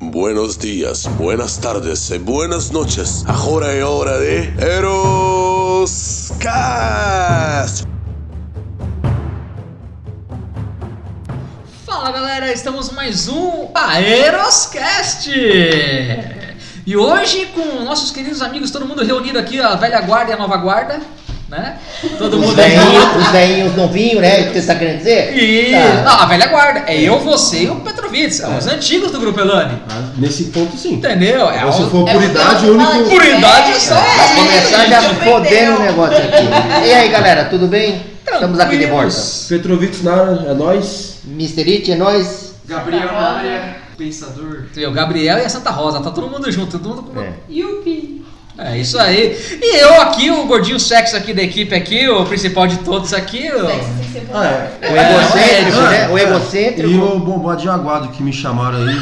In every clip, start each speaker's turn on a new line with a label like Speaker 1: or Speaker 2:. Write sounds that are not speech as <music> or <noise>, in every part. Speaker 1: Buenos días, buenas tardes y buenas noches. Ahora é hora de Eros Cast!
Speaker 2: Fala galera, estamos mais um Aeroscast! E hoje com nossos queridos amigos, todo mundo reunido aqui, a velha guarda e a nova guarda, né? Todo
Speaker 3: Os
Speaker 2: mundo
Speaker 3: velhinhos, os velhinhos novinhos, né? O que você tá querendo dizer?
Speaker 2: E
Speaker 3: Tá. É.
Speaker 2: não, a velha guarda, é eu, você e o Petrovitz, é os antigos do Grupo Elane.
Speaker 4: Ah, Nesse ponto, sim.
Speaker 2: Entendeu? É
Speaker 4: Ou se
Speaker 2: um-
Speaker 4: for por
Speaker 5: É
Speaker 4: idade, o
Speaker 5: verdade.
Speaker 4: único.
Speaker 2: por idade
Speaker 5: É,
Speaker 2: só.
Speaker 3: Vai começar é, já
Speaker 5: Entendeu?
Speaker 3: fodendo o negócio aqui. E aí, galera, tudo bem? Estamos aqui de volta.
Speaker 2: Tranquilos.
Speaker 4: Petrovitz Nara, é nós.
Speaker 3: Mr. It, é nóis.
Speaker 6: Gabriel
Speaker 5: Santa
Speaker 6: na
Speaker 5: Rosa.
Speaker 6: área, pensador.
Speaker 2: E O Gabriel e a Santa Rosa, tá todo mundo junto, todo mundo com
Speaker 3: É.
Speaker 5: Yupi!
Speaker 2: É isso aí. E eu aqui, o gordinho sexo aqui da equipe aqui, o principal de todos aqui. o-
Speaker 5: Sexo tem que ser
Speaker 4: Ah, é.
Speaker 3: O egocêntrico,
Speaker 4: Ah,
Speaker 3: né? O
Speaker 4: é. E
Speaker 3: egocêntrico.
Speaker 4: o bombadinho aguado que me chamaram aí.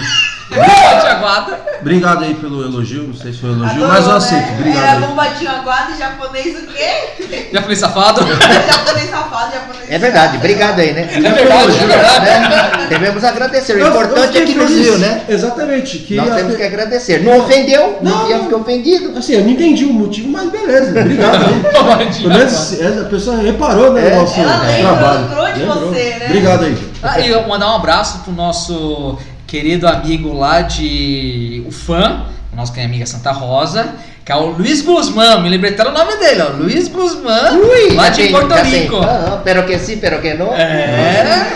Speaker 2: Forte aguada.
Speaker 4: Obrigado aí pelo elogio, não sei se foi um
Speaker 2: Ah,
Speaker 4: elogio,
Speaker 5: Adorou,
Speaker 4: mas eu
Speaker 5: né?
Speaker 4: aceito.
Speaker 5: Era
Speaker 4: Obrigado aí.
Speaker 5: bombadinho aguado, japonês o quê?
Speaker 2: Já falei
Speaker 5: <laughs>
Speaker 3: <laughs>
Speaker 2: safado.
Speaker 5: japonês safado, japonês
Speaker 3: É verdade, obrigado aí, né?
Speaker 2: É verdade, é verdade.
Speaker 3: Né? Devemos agradecer. O
Speaker 4: Eu- eu
Speaker 3: importante
Speaker 4: fiquei
Speaker 3: é que nos
Speaker 4: feliz.
Speaker 3: viu, né?
Speaker 4: Exatamente. Que
Speaker 3: Nós
Speaker 4: a-
Speaker 3: temos que agradecer. Não ofendeu, não
Speaker 4: Não.
Speaker 3: ia ficar ofendido.
Speaker 4: Assim, eu não entendi o motivo, mas beleza. Obrigado
Speaker 5: <laughs>
Speaker 4: aí. Pelo menos essa- a pessoa reparou né,
Speaker 3: É.
Speaker 4: no nosso
Speaker 5: Ela lembrou,
Speaker 4: trabalho.
Speaker 5: lembrou de você, né?
Speaker 4: Obrigado aí.
Speaker 2: Ah, e eu vou mandar um abraço pro nosso querido amigo lá de Ufã, o nosso querido amigo Santa Rosa, que é o Luiz Guzmán. Me lembrei até o nome dele, ó. Luiz Guzmán, lá
Speaker 3: já
Speaker 2: de
Speaker 3: tem-
Speaker 2: Porto
Speaker 3: já tem.
Speaker 2: Rico.
Speaker 3: Ah, ah, Pero que sim, pero que não.
Speaker 2: É,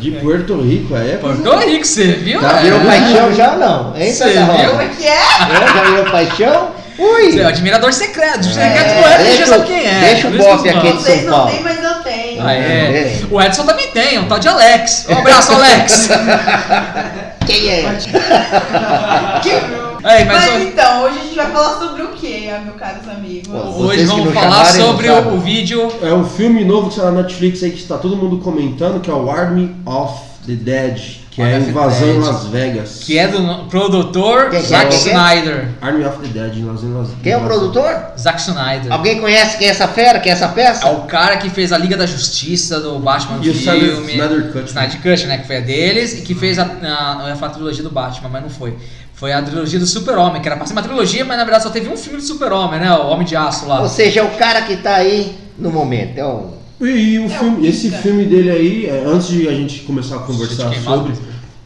Speaker 4: De Puerto Rico, é.
Speaker 2: Porto Rico, você viu?
Speaker 4: Tá,
Speaker 3: Virou
Speaker 2: É.
Speaker 3: paixão já ou não?
Speaker 2: Cê
Speaker 3: Hein, Santa Rosa?
Speaker 2: viu?
Speaker 5: Como é que é?
Speaker 3: É, Já virou paixão? Ui!
Speaker 2: Você é o admirador secreto. Secreto
Speaker 3: É,
Speaker 2: do Edson,
Speaker 3: deixa
Speaker 2: já
Speaker 3: o-
Speaker 2: sabe quem é.
Speaker 3: deixa o
Speaker 2: Luiz
Speaker 3: bofe
Speaker 2: Guzmán.
Speaker 3: aqui. de
Speaker 5: Vocês
Speaker 3: São
Speaker 5: não
Speaker 3: Paulo.
Speaker 5: têm, mas eu tenho.
Speaker 2: Ah, é.
Speaker 3: É.
Speaker 2: O Edson também tem, um tal de Alex. Um abraço, Alex.
Speaker 3: <laughs> Quem é?
Speaker 2: Aí, é, mas
Speaker 5: Mas
Speaker 2: ó,
Speaker 5: então, hoje a gente vai falar sobre o quê, ah, meus caros amigos?
Speaker 3: Pô.
Speaker 2: hoje
Speaker 3: Vocês
Speaker 2: vamos
Speaker 3: que não
Speaker 2: falar
Speaker 3: chamaram,
Speaker 2: sobre
Speaker 3: não
Speaker 2: o,
Speaker 3: sabem.
Speaker 2: o vídeo.
Speaker 4: É um filme novo que está na Netflix aí que está todo mundo comentando, que é o Army of the Dead, que
Speaker 2: Army
Speaker 4: é a
Speaker 2: of the
Speaker 4: Invasão
Speaker 2: Dead.
Speaker 4: em Las Vegas.
Speaker 2: Que é do no- produtor
Speaker 3: Quem é?
Speaker 2: Zack
Speaker 3: Quem é?
Speaker 2: Snyder.
Speaker 4: Army of the Dead, Invasão em Las Vegas.
Speaker 3: Quem é o produtor?
Speaker 2: Zack Snyder.
Speaker 3: Alguém conhece quem é essa fera, quem é essa peça?
Speaker 2: É o cara que fez a Liga da Justiça do Batman
Speaker 4: E o Snyder,
Speaker 2: filme.
Speaker 4: Snyder Cut.
Speaker 2: Snyder Cut, né? Que foi a deles e que fez a. a- Não ia falar a trilogia do Batman, mas não foi. Foi a trilogia do Super-Homem, que era pra ser uma trilogia, mas na verdade só teve um filme do Super-Homem, né? O Homem de Aço lá.
Speaker 4: Ah.
Speaker 3: Ou seja, é o cara que tá aí no momento. É o...
Speaker 4: E, e o
Speaker 5: É
Speaker 4: filme,
Speaker 5: o
Speaker 4: esse
Speaker 5: Pita.
Speaker 4: filme dele aí, é, antes de a gente começar a conversar
Speaker 2: Gente queimada.
Speaker 4: sobre.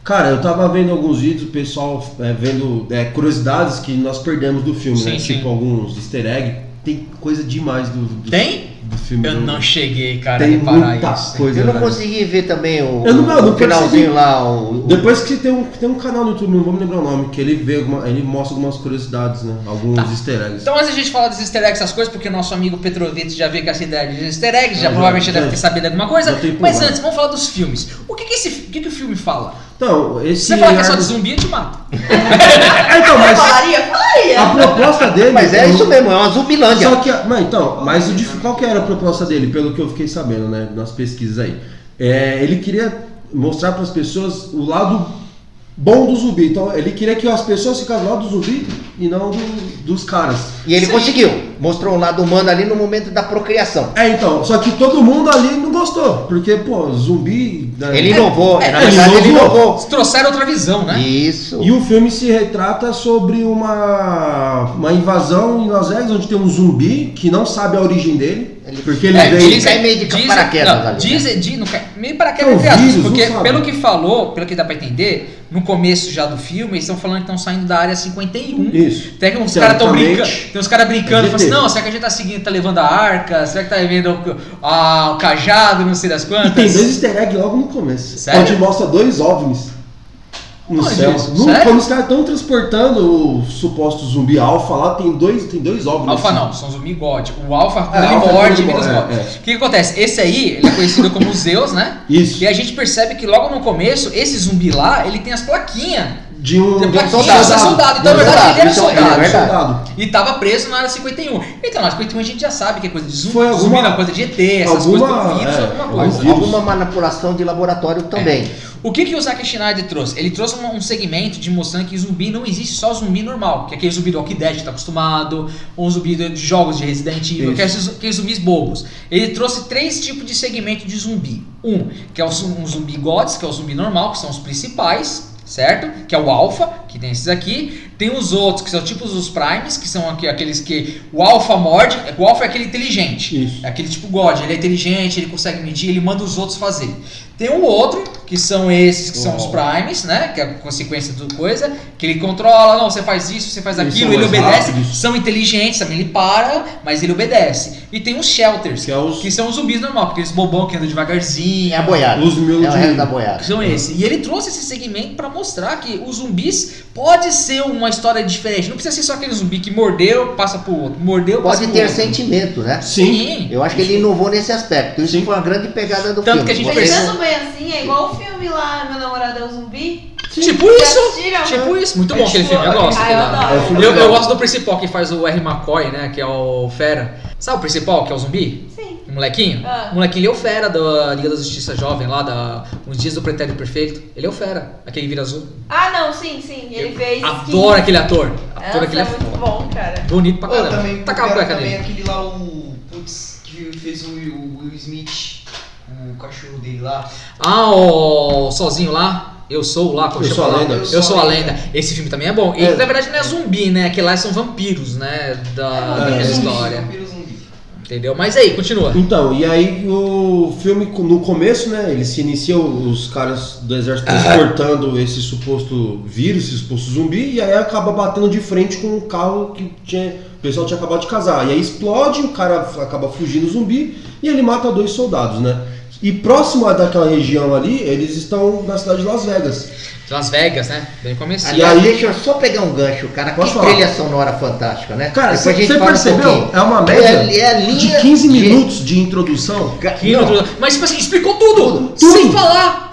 Speaker 4: Cara, eu tava vendo alguns vídeos, o pessoal é, vendo é, curiosidades que nós perdemos do filme,
Speaker 2: Sim,
Speaker 4: né?
Speaker 2: sim.
Speaker 4: Tipo alguns easter egg. Tem coisa demais do, do,
Speaker 2: Tem?
Speaker 4: do filme.
Speaker 2: Eu
Speaker 4: do-
Speaker 2: não cheguei, cara,
Speaker 4: Tem
Speaker 2: a reparar
Speaker 4: muita
Speaker 2: isso.
Speaker 4: coisa.
Speaker 3: Eu não
Speaker 4: velho.
Speaker 3: consegui ver também o,
Speaker 4: é, né? Eu não- eu não
Speaker 3: o finalzinho
Speaker 4: percebi.
Speaker 3: lá. O, o-
Speaker 4: Depois que tem um, tem um canal no YouTube, não vou me lembrar o nome, que ele vê alguma- ele mostra algumas curiosidades, né? Alguns easter eggs.
Speaker 2: Então, antes de a gente falar dos easter eggs, essas coisas, porque o nosso amigo Petrovic já veio com essa ideia de easter eggs, já
Speaker 4: Ah, já,
Speaker 2: provavelmente
Speaker 4: já.
Speaker 2: deve ter sabido alguma coisa.
Speaker 4: Já tem
Speaker 2: Mas
Speaker 4: pulado.
Speaker 2: antes, vamos falar dos filmes. O que, que, esse, o, que que o filme fala?
Speaker 4: Então,
Speaker 2: Se
Speaker 4: esse.
Speaker 2: você falar que é só
Speaker 4: Arnold-
Speaker 2: de zumbi, eu te mato.
Speaker 4: É, então,
Speaker 5: Eu
Speaker 4: mas
Speaker 5: falaria,
Speaker 2: é
Speaker 5: falaria.
Speaker 2: Ah,
Speaker 4: a proposta dele.
Speaker 3: Mas é isso mesmo, é uma
Speaker 4: Só
Speaker 3: zumbilândia.
Speaker 4: que. a- Mas então, mas o dif- qual que era a proposta dele, pelo que eu fiquei sabendo, né? Nas pesquisas aí. É, ele queria mostrar para as pessoas o lado bom do zumbi. Então, ele queria que as pessoas ficassem do lado do zumbi e não do- dos caras.
Speaker 3: E ele
Speaker 2: Sim.
Speaker 3: conseguiu. Mostrou o lado humano ali no momento da procriação.
Speaker 4: É, então, só que todo mundo ali não gostou, porque, pô, zumbi. né?
Speaker 3: Ele inovou, é, na
Speaker 4: Ele
Speaker 3: verdade ele
Speaker 4: inovou.
Speaker 3: inovou.
Speaker 2: Trouxeram outra visão, né?
Speaker 3: Isso.
Speaker 4: E o filme se retrata sobre uma, uma invasão em Las Vegas, onde tem um zumbi que não sabe a origem dele,
Speaker 3: Ele-
Speaker 4: porque ele
Speaker 3: é,
Speaker 4: veio...
Speaker 3: ele- cai meio de paraquedas
Speaker 2: não,
Speaker 3: ali,
Speaker 2: Dizem, di- não cai- meio paraquedas
Speaker 4: É um
Speaker 2: entre aspas,
Speaker 4: né? vírus,
Speaker 2: porque
Speaker 4: não sabe.
Speaker 2: pelo que falou, pelo que dá pra entender, no começo já do filme, eles estão falando que estão saindo da área 51.
Speaker 4: Isso.
Speaker 2: Até que uns caras estão
Speaker 4: Teoricamente,
Speaker 2: brincando. Tem uns caras brincando,
Speaker 4: Então, é
Speaker 2: falam assim,
Speaker 4: GT.
Speaker 2: não, será que a gente tá seguindo, tá levando a arca? Será que tá vendo o, a- o cajado, não sei das
Speaker 4: E tem dois
Speaker 2: quantas?
Speaker 4: easter eggs logo no começo,
Speaker 2: Sério?
Speaker 4: onde mostra dois ovnis no
Speaker 2: Onde
Speaker 4: céu.
Speaker 2: isso?
Speaker 4: No-
Speaker 2: Sério?
Speaker 4: quando os caras estão transportando o suposto zumbi alfa lá, tem dois, tem dois ovnis.
Speaker 2: Alfa não, são zumbi god. O Alfa, quando
Speaker 4: É,
Speaker 2: ele
Speaker 4: Alpha
Speaker 2: morde,
Speaker 4: quando ele
Speaker 2: menos
Speaker 4: morde,
Speaker 2: morde.
Speaker 4: é,
Speaker 2: O que, que acontece? Esse aí, ele é conhecido como Zeus, né?
Speaker 4: Isso.
Speaker 2: E a gente percebe que logo no começo, esse zumbi lá, ele tem as plaquinhas.
Speaker 4: De um,
Speaker 2: Tem
Speaker 4: de um
Speaker 2: plaquinha, você é soldado, então, na verdade, ele era
Speaker 4: Então,
Speaker 2: soldado.
Speaker 4: é soldado.
Speaker 2: E tava preso na área 51. Então, na área 51 a gente já sabe que é coisa de zumbi,
Speaker 4: Foi alguma-
Speaker 2: zumbi não, coisa de ET, essas
Speaker 4: alguma-
Speaker 2: coisas do vírus,
Speaker 4: é,
Speaker 2: alguma
Speaker 4: algum
Speaker 2: coisa.
Speaker 4: vírus.
Speaker 3: Alguma manipulação de laboratório também.
Speaker 2: O que, que o Zack Schneider trouxe? Ele trouxe um, um segmento de mostrando que zumbi não existe só zumbi normal, que é aquele zumbi do Walking Dead que tá acostumado, ou um zumbi de de jogos de Resident Evil,
Speaker 4: Isso.
Speaker 2: que é esses- aqueles zumbis bobos. Ele trouxe três tipos de segmento de zumbi. Um, que é o zum- um zumbi gods, que é o zumbi normal, que são os principais. certo? Que é o alfa, que tem esses aqui. Tem os outros, que são tipos os primes, que são aqui- aqueles que o alfa morde. O alfa é aquele inteligente.
Speaker 4: Isso.
Speaker 2: É aquele tipo God, ele é inteligente, ele consegue medir, ele manda os outros fazer. Tem o outro, que são esses, que são os
Speaker 4: Uau.
Speaker 2: primes, né? Que é a consequência do coisa, que ele controla, não, você faz isso, você faz
Speaker 4: Eles
Speaker 2: aquilo,
Speaker 4: são
Speaker 2: ele
Speaker 4: mais
Speaker 2: obedece,
Speaker 4: rápidos.
Speaker 2: são inteligentes também, ele para, mas ele obedece. E tem os shelters,
Speaker 4: Que é os-
Speaker 2: que são os zumbis normal, porque eles bobão que andam devagarzinho.
Speaker 3: É a boiada.
Speaker 4: Os mil
Speaker 3: É o
Speaker 4: de-
Speaker 3: resto da boiada.
Speaker 2: São esse. E ele trouxe esse segmento pra mostrar que os zumbis pode ser uma história diferente. Não precisa ser só aquele zumbi que mordeu, passa pro outro. Mordeu, passa
Speaker 3: Pode
Speaker 2: pro
Speaker 3: ter
Speaker 2: outro.
Speaker 3: sentimento, né?
Speaker 2: Sim.
Speaker 3: Eu acho que ele inovou nesse aspecto. Isso foi uma grande pegada do
Speaker 2: Tanto
Speaker 3: filme.
Speaker 2: que a gente
Speaker 3: Vocês-
Speaker 2: percebe-
Speaker 5: Pensando bem assim, é igual o filme lá, Meu Namorado é um Zumbi.
Speaker 2: Tipo
Speaker 5: Já
Speaker 2: isso.
Speaker 5: assistiram?
Speaker 2: Tipo isso. Muito
Speaker 5: É
Speaker 2: bom aquele
Speaker 5: tipo-
Speaker 2: filme. Eu gosto.
Speaker 5: Ah,
Speaker 2: aquele
Speaker 5: eu
Speaker 2: lá.
Speaker 5: adoro.
Speaker 4: É o filme
Speaker 2: Eu, eu
Speaker 4: legal.
Speaker 2: gosto do principal que faz o R. McCoy, né? Que é o Fera. Sabe o principal, que é o zumbi?
Speaker 5: Sim.
Speaker 2: O molequinho?
Speaker 5: Ah.
Speaker 2: O molequinho, ele é o Fera da Liga da Justiça Jovem lá, da Uns Dias do Pretérito Perfeito. Ele é o Fera, aquele que vira azul.
Speaker 5: Ah, não, sim, sim. Ele fez.
Speaker 2: Adoro aquele ator. Adoro
Speaker 5: Nossa,
Speaker 2: aquele
Speaker 5: é
Speaker 2: ator.
Speaker 5: muito bom, cara.
Speaker 2: Bonito pra
Speaker 6: Eu
Speaker 2: caramba. Tá
Speaker 6: também
Speaker 2: Taca é a
Speaker 6: eu quero
Speaker 2: cueca
Speaker 6: também
Speaker 2: nele.
Speaker 6: aquele lá, o. Putz, que fez o Will, o Will Smith, o cachorro dele lá.
Speaker 2: Ah, o sozinho lá. Eu sou lá, como
Speaker 4: Eu
Speaker 2: chama
Speaker 4: sou a
Speaker 2: lá?
Speaker 4: lenda.
Speaker 2: Eu sou a lenda. Esse filme também é bom. E
Speaker 4: É.
Speaker 2: na verdade não é zumbi, né? Aquele lá são vampiros, né?
Speaker 5: É,
Speaker 2: Da, da
Speaker 6: Vampiro zumbi,
Speaker 2: história.
Speaker 6: vampiro zumbi.
Speaker 2: Entendeu? Mas aí, continua.
Speaker 4: Então, e aí o filme, no começo, né, ele se inicia os caras do exército exportando esse suposto vírus, esse suposto zumbi, e aí acaba batendo de frente com um carro que tinha, o pessoal tinha acabado de casar. E aí explode, o cara acaba fugindo zumbi, e ele mata dois soldados, né. E próximo daquela região ali, eles estão na cidade de Las Vegas.
Speaker 2: Las Vegas, né? Bem comecinho.
Speaker 4: E
Speaker 3: Aliás,
Speaker 4: aí-
Speaker 3: deixa eu só pegar um gancho, cara.
Speaker 4: Posso
Speaker 3: que
Speaker 4: falar?
Speaker 3: trilha sonora fantástica, né?
Speaker 4: Cara,
Speaker 3: Depois
Speaker 4: você
Speaker 3: a gente
Speaker 4: você
Speaker 3: fala um
Speaker 4: percebeu?
Speaker 3: pouquinho.
Speaker 4: é uma média
Speaker 3: É- é a linha
Speaker 4: de 15
Speaker 3: de-
Speaker 4: minutos de introdução.
Speaker 3: Ga-
Speaker 2: Que
Speaker 3: não,
Speaker 2: outro- Mas tipo assim, explicou tudo.
Speaker 4: Tudo.
Speaker 2: Sem falar.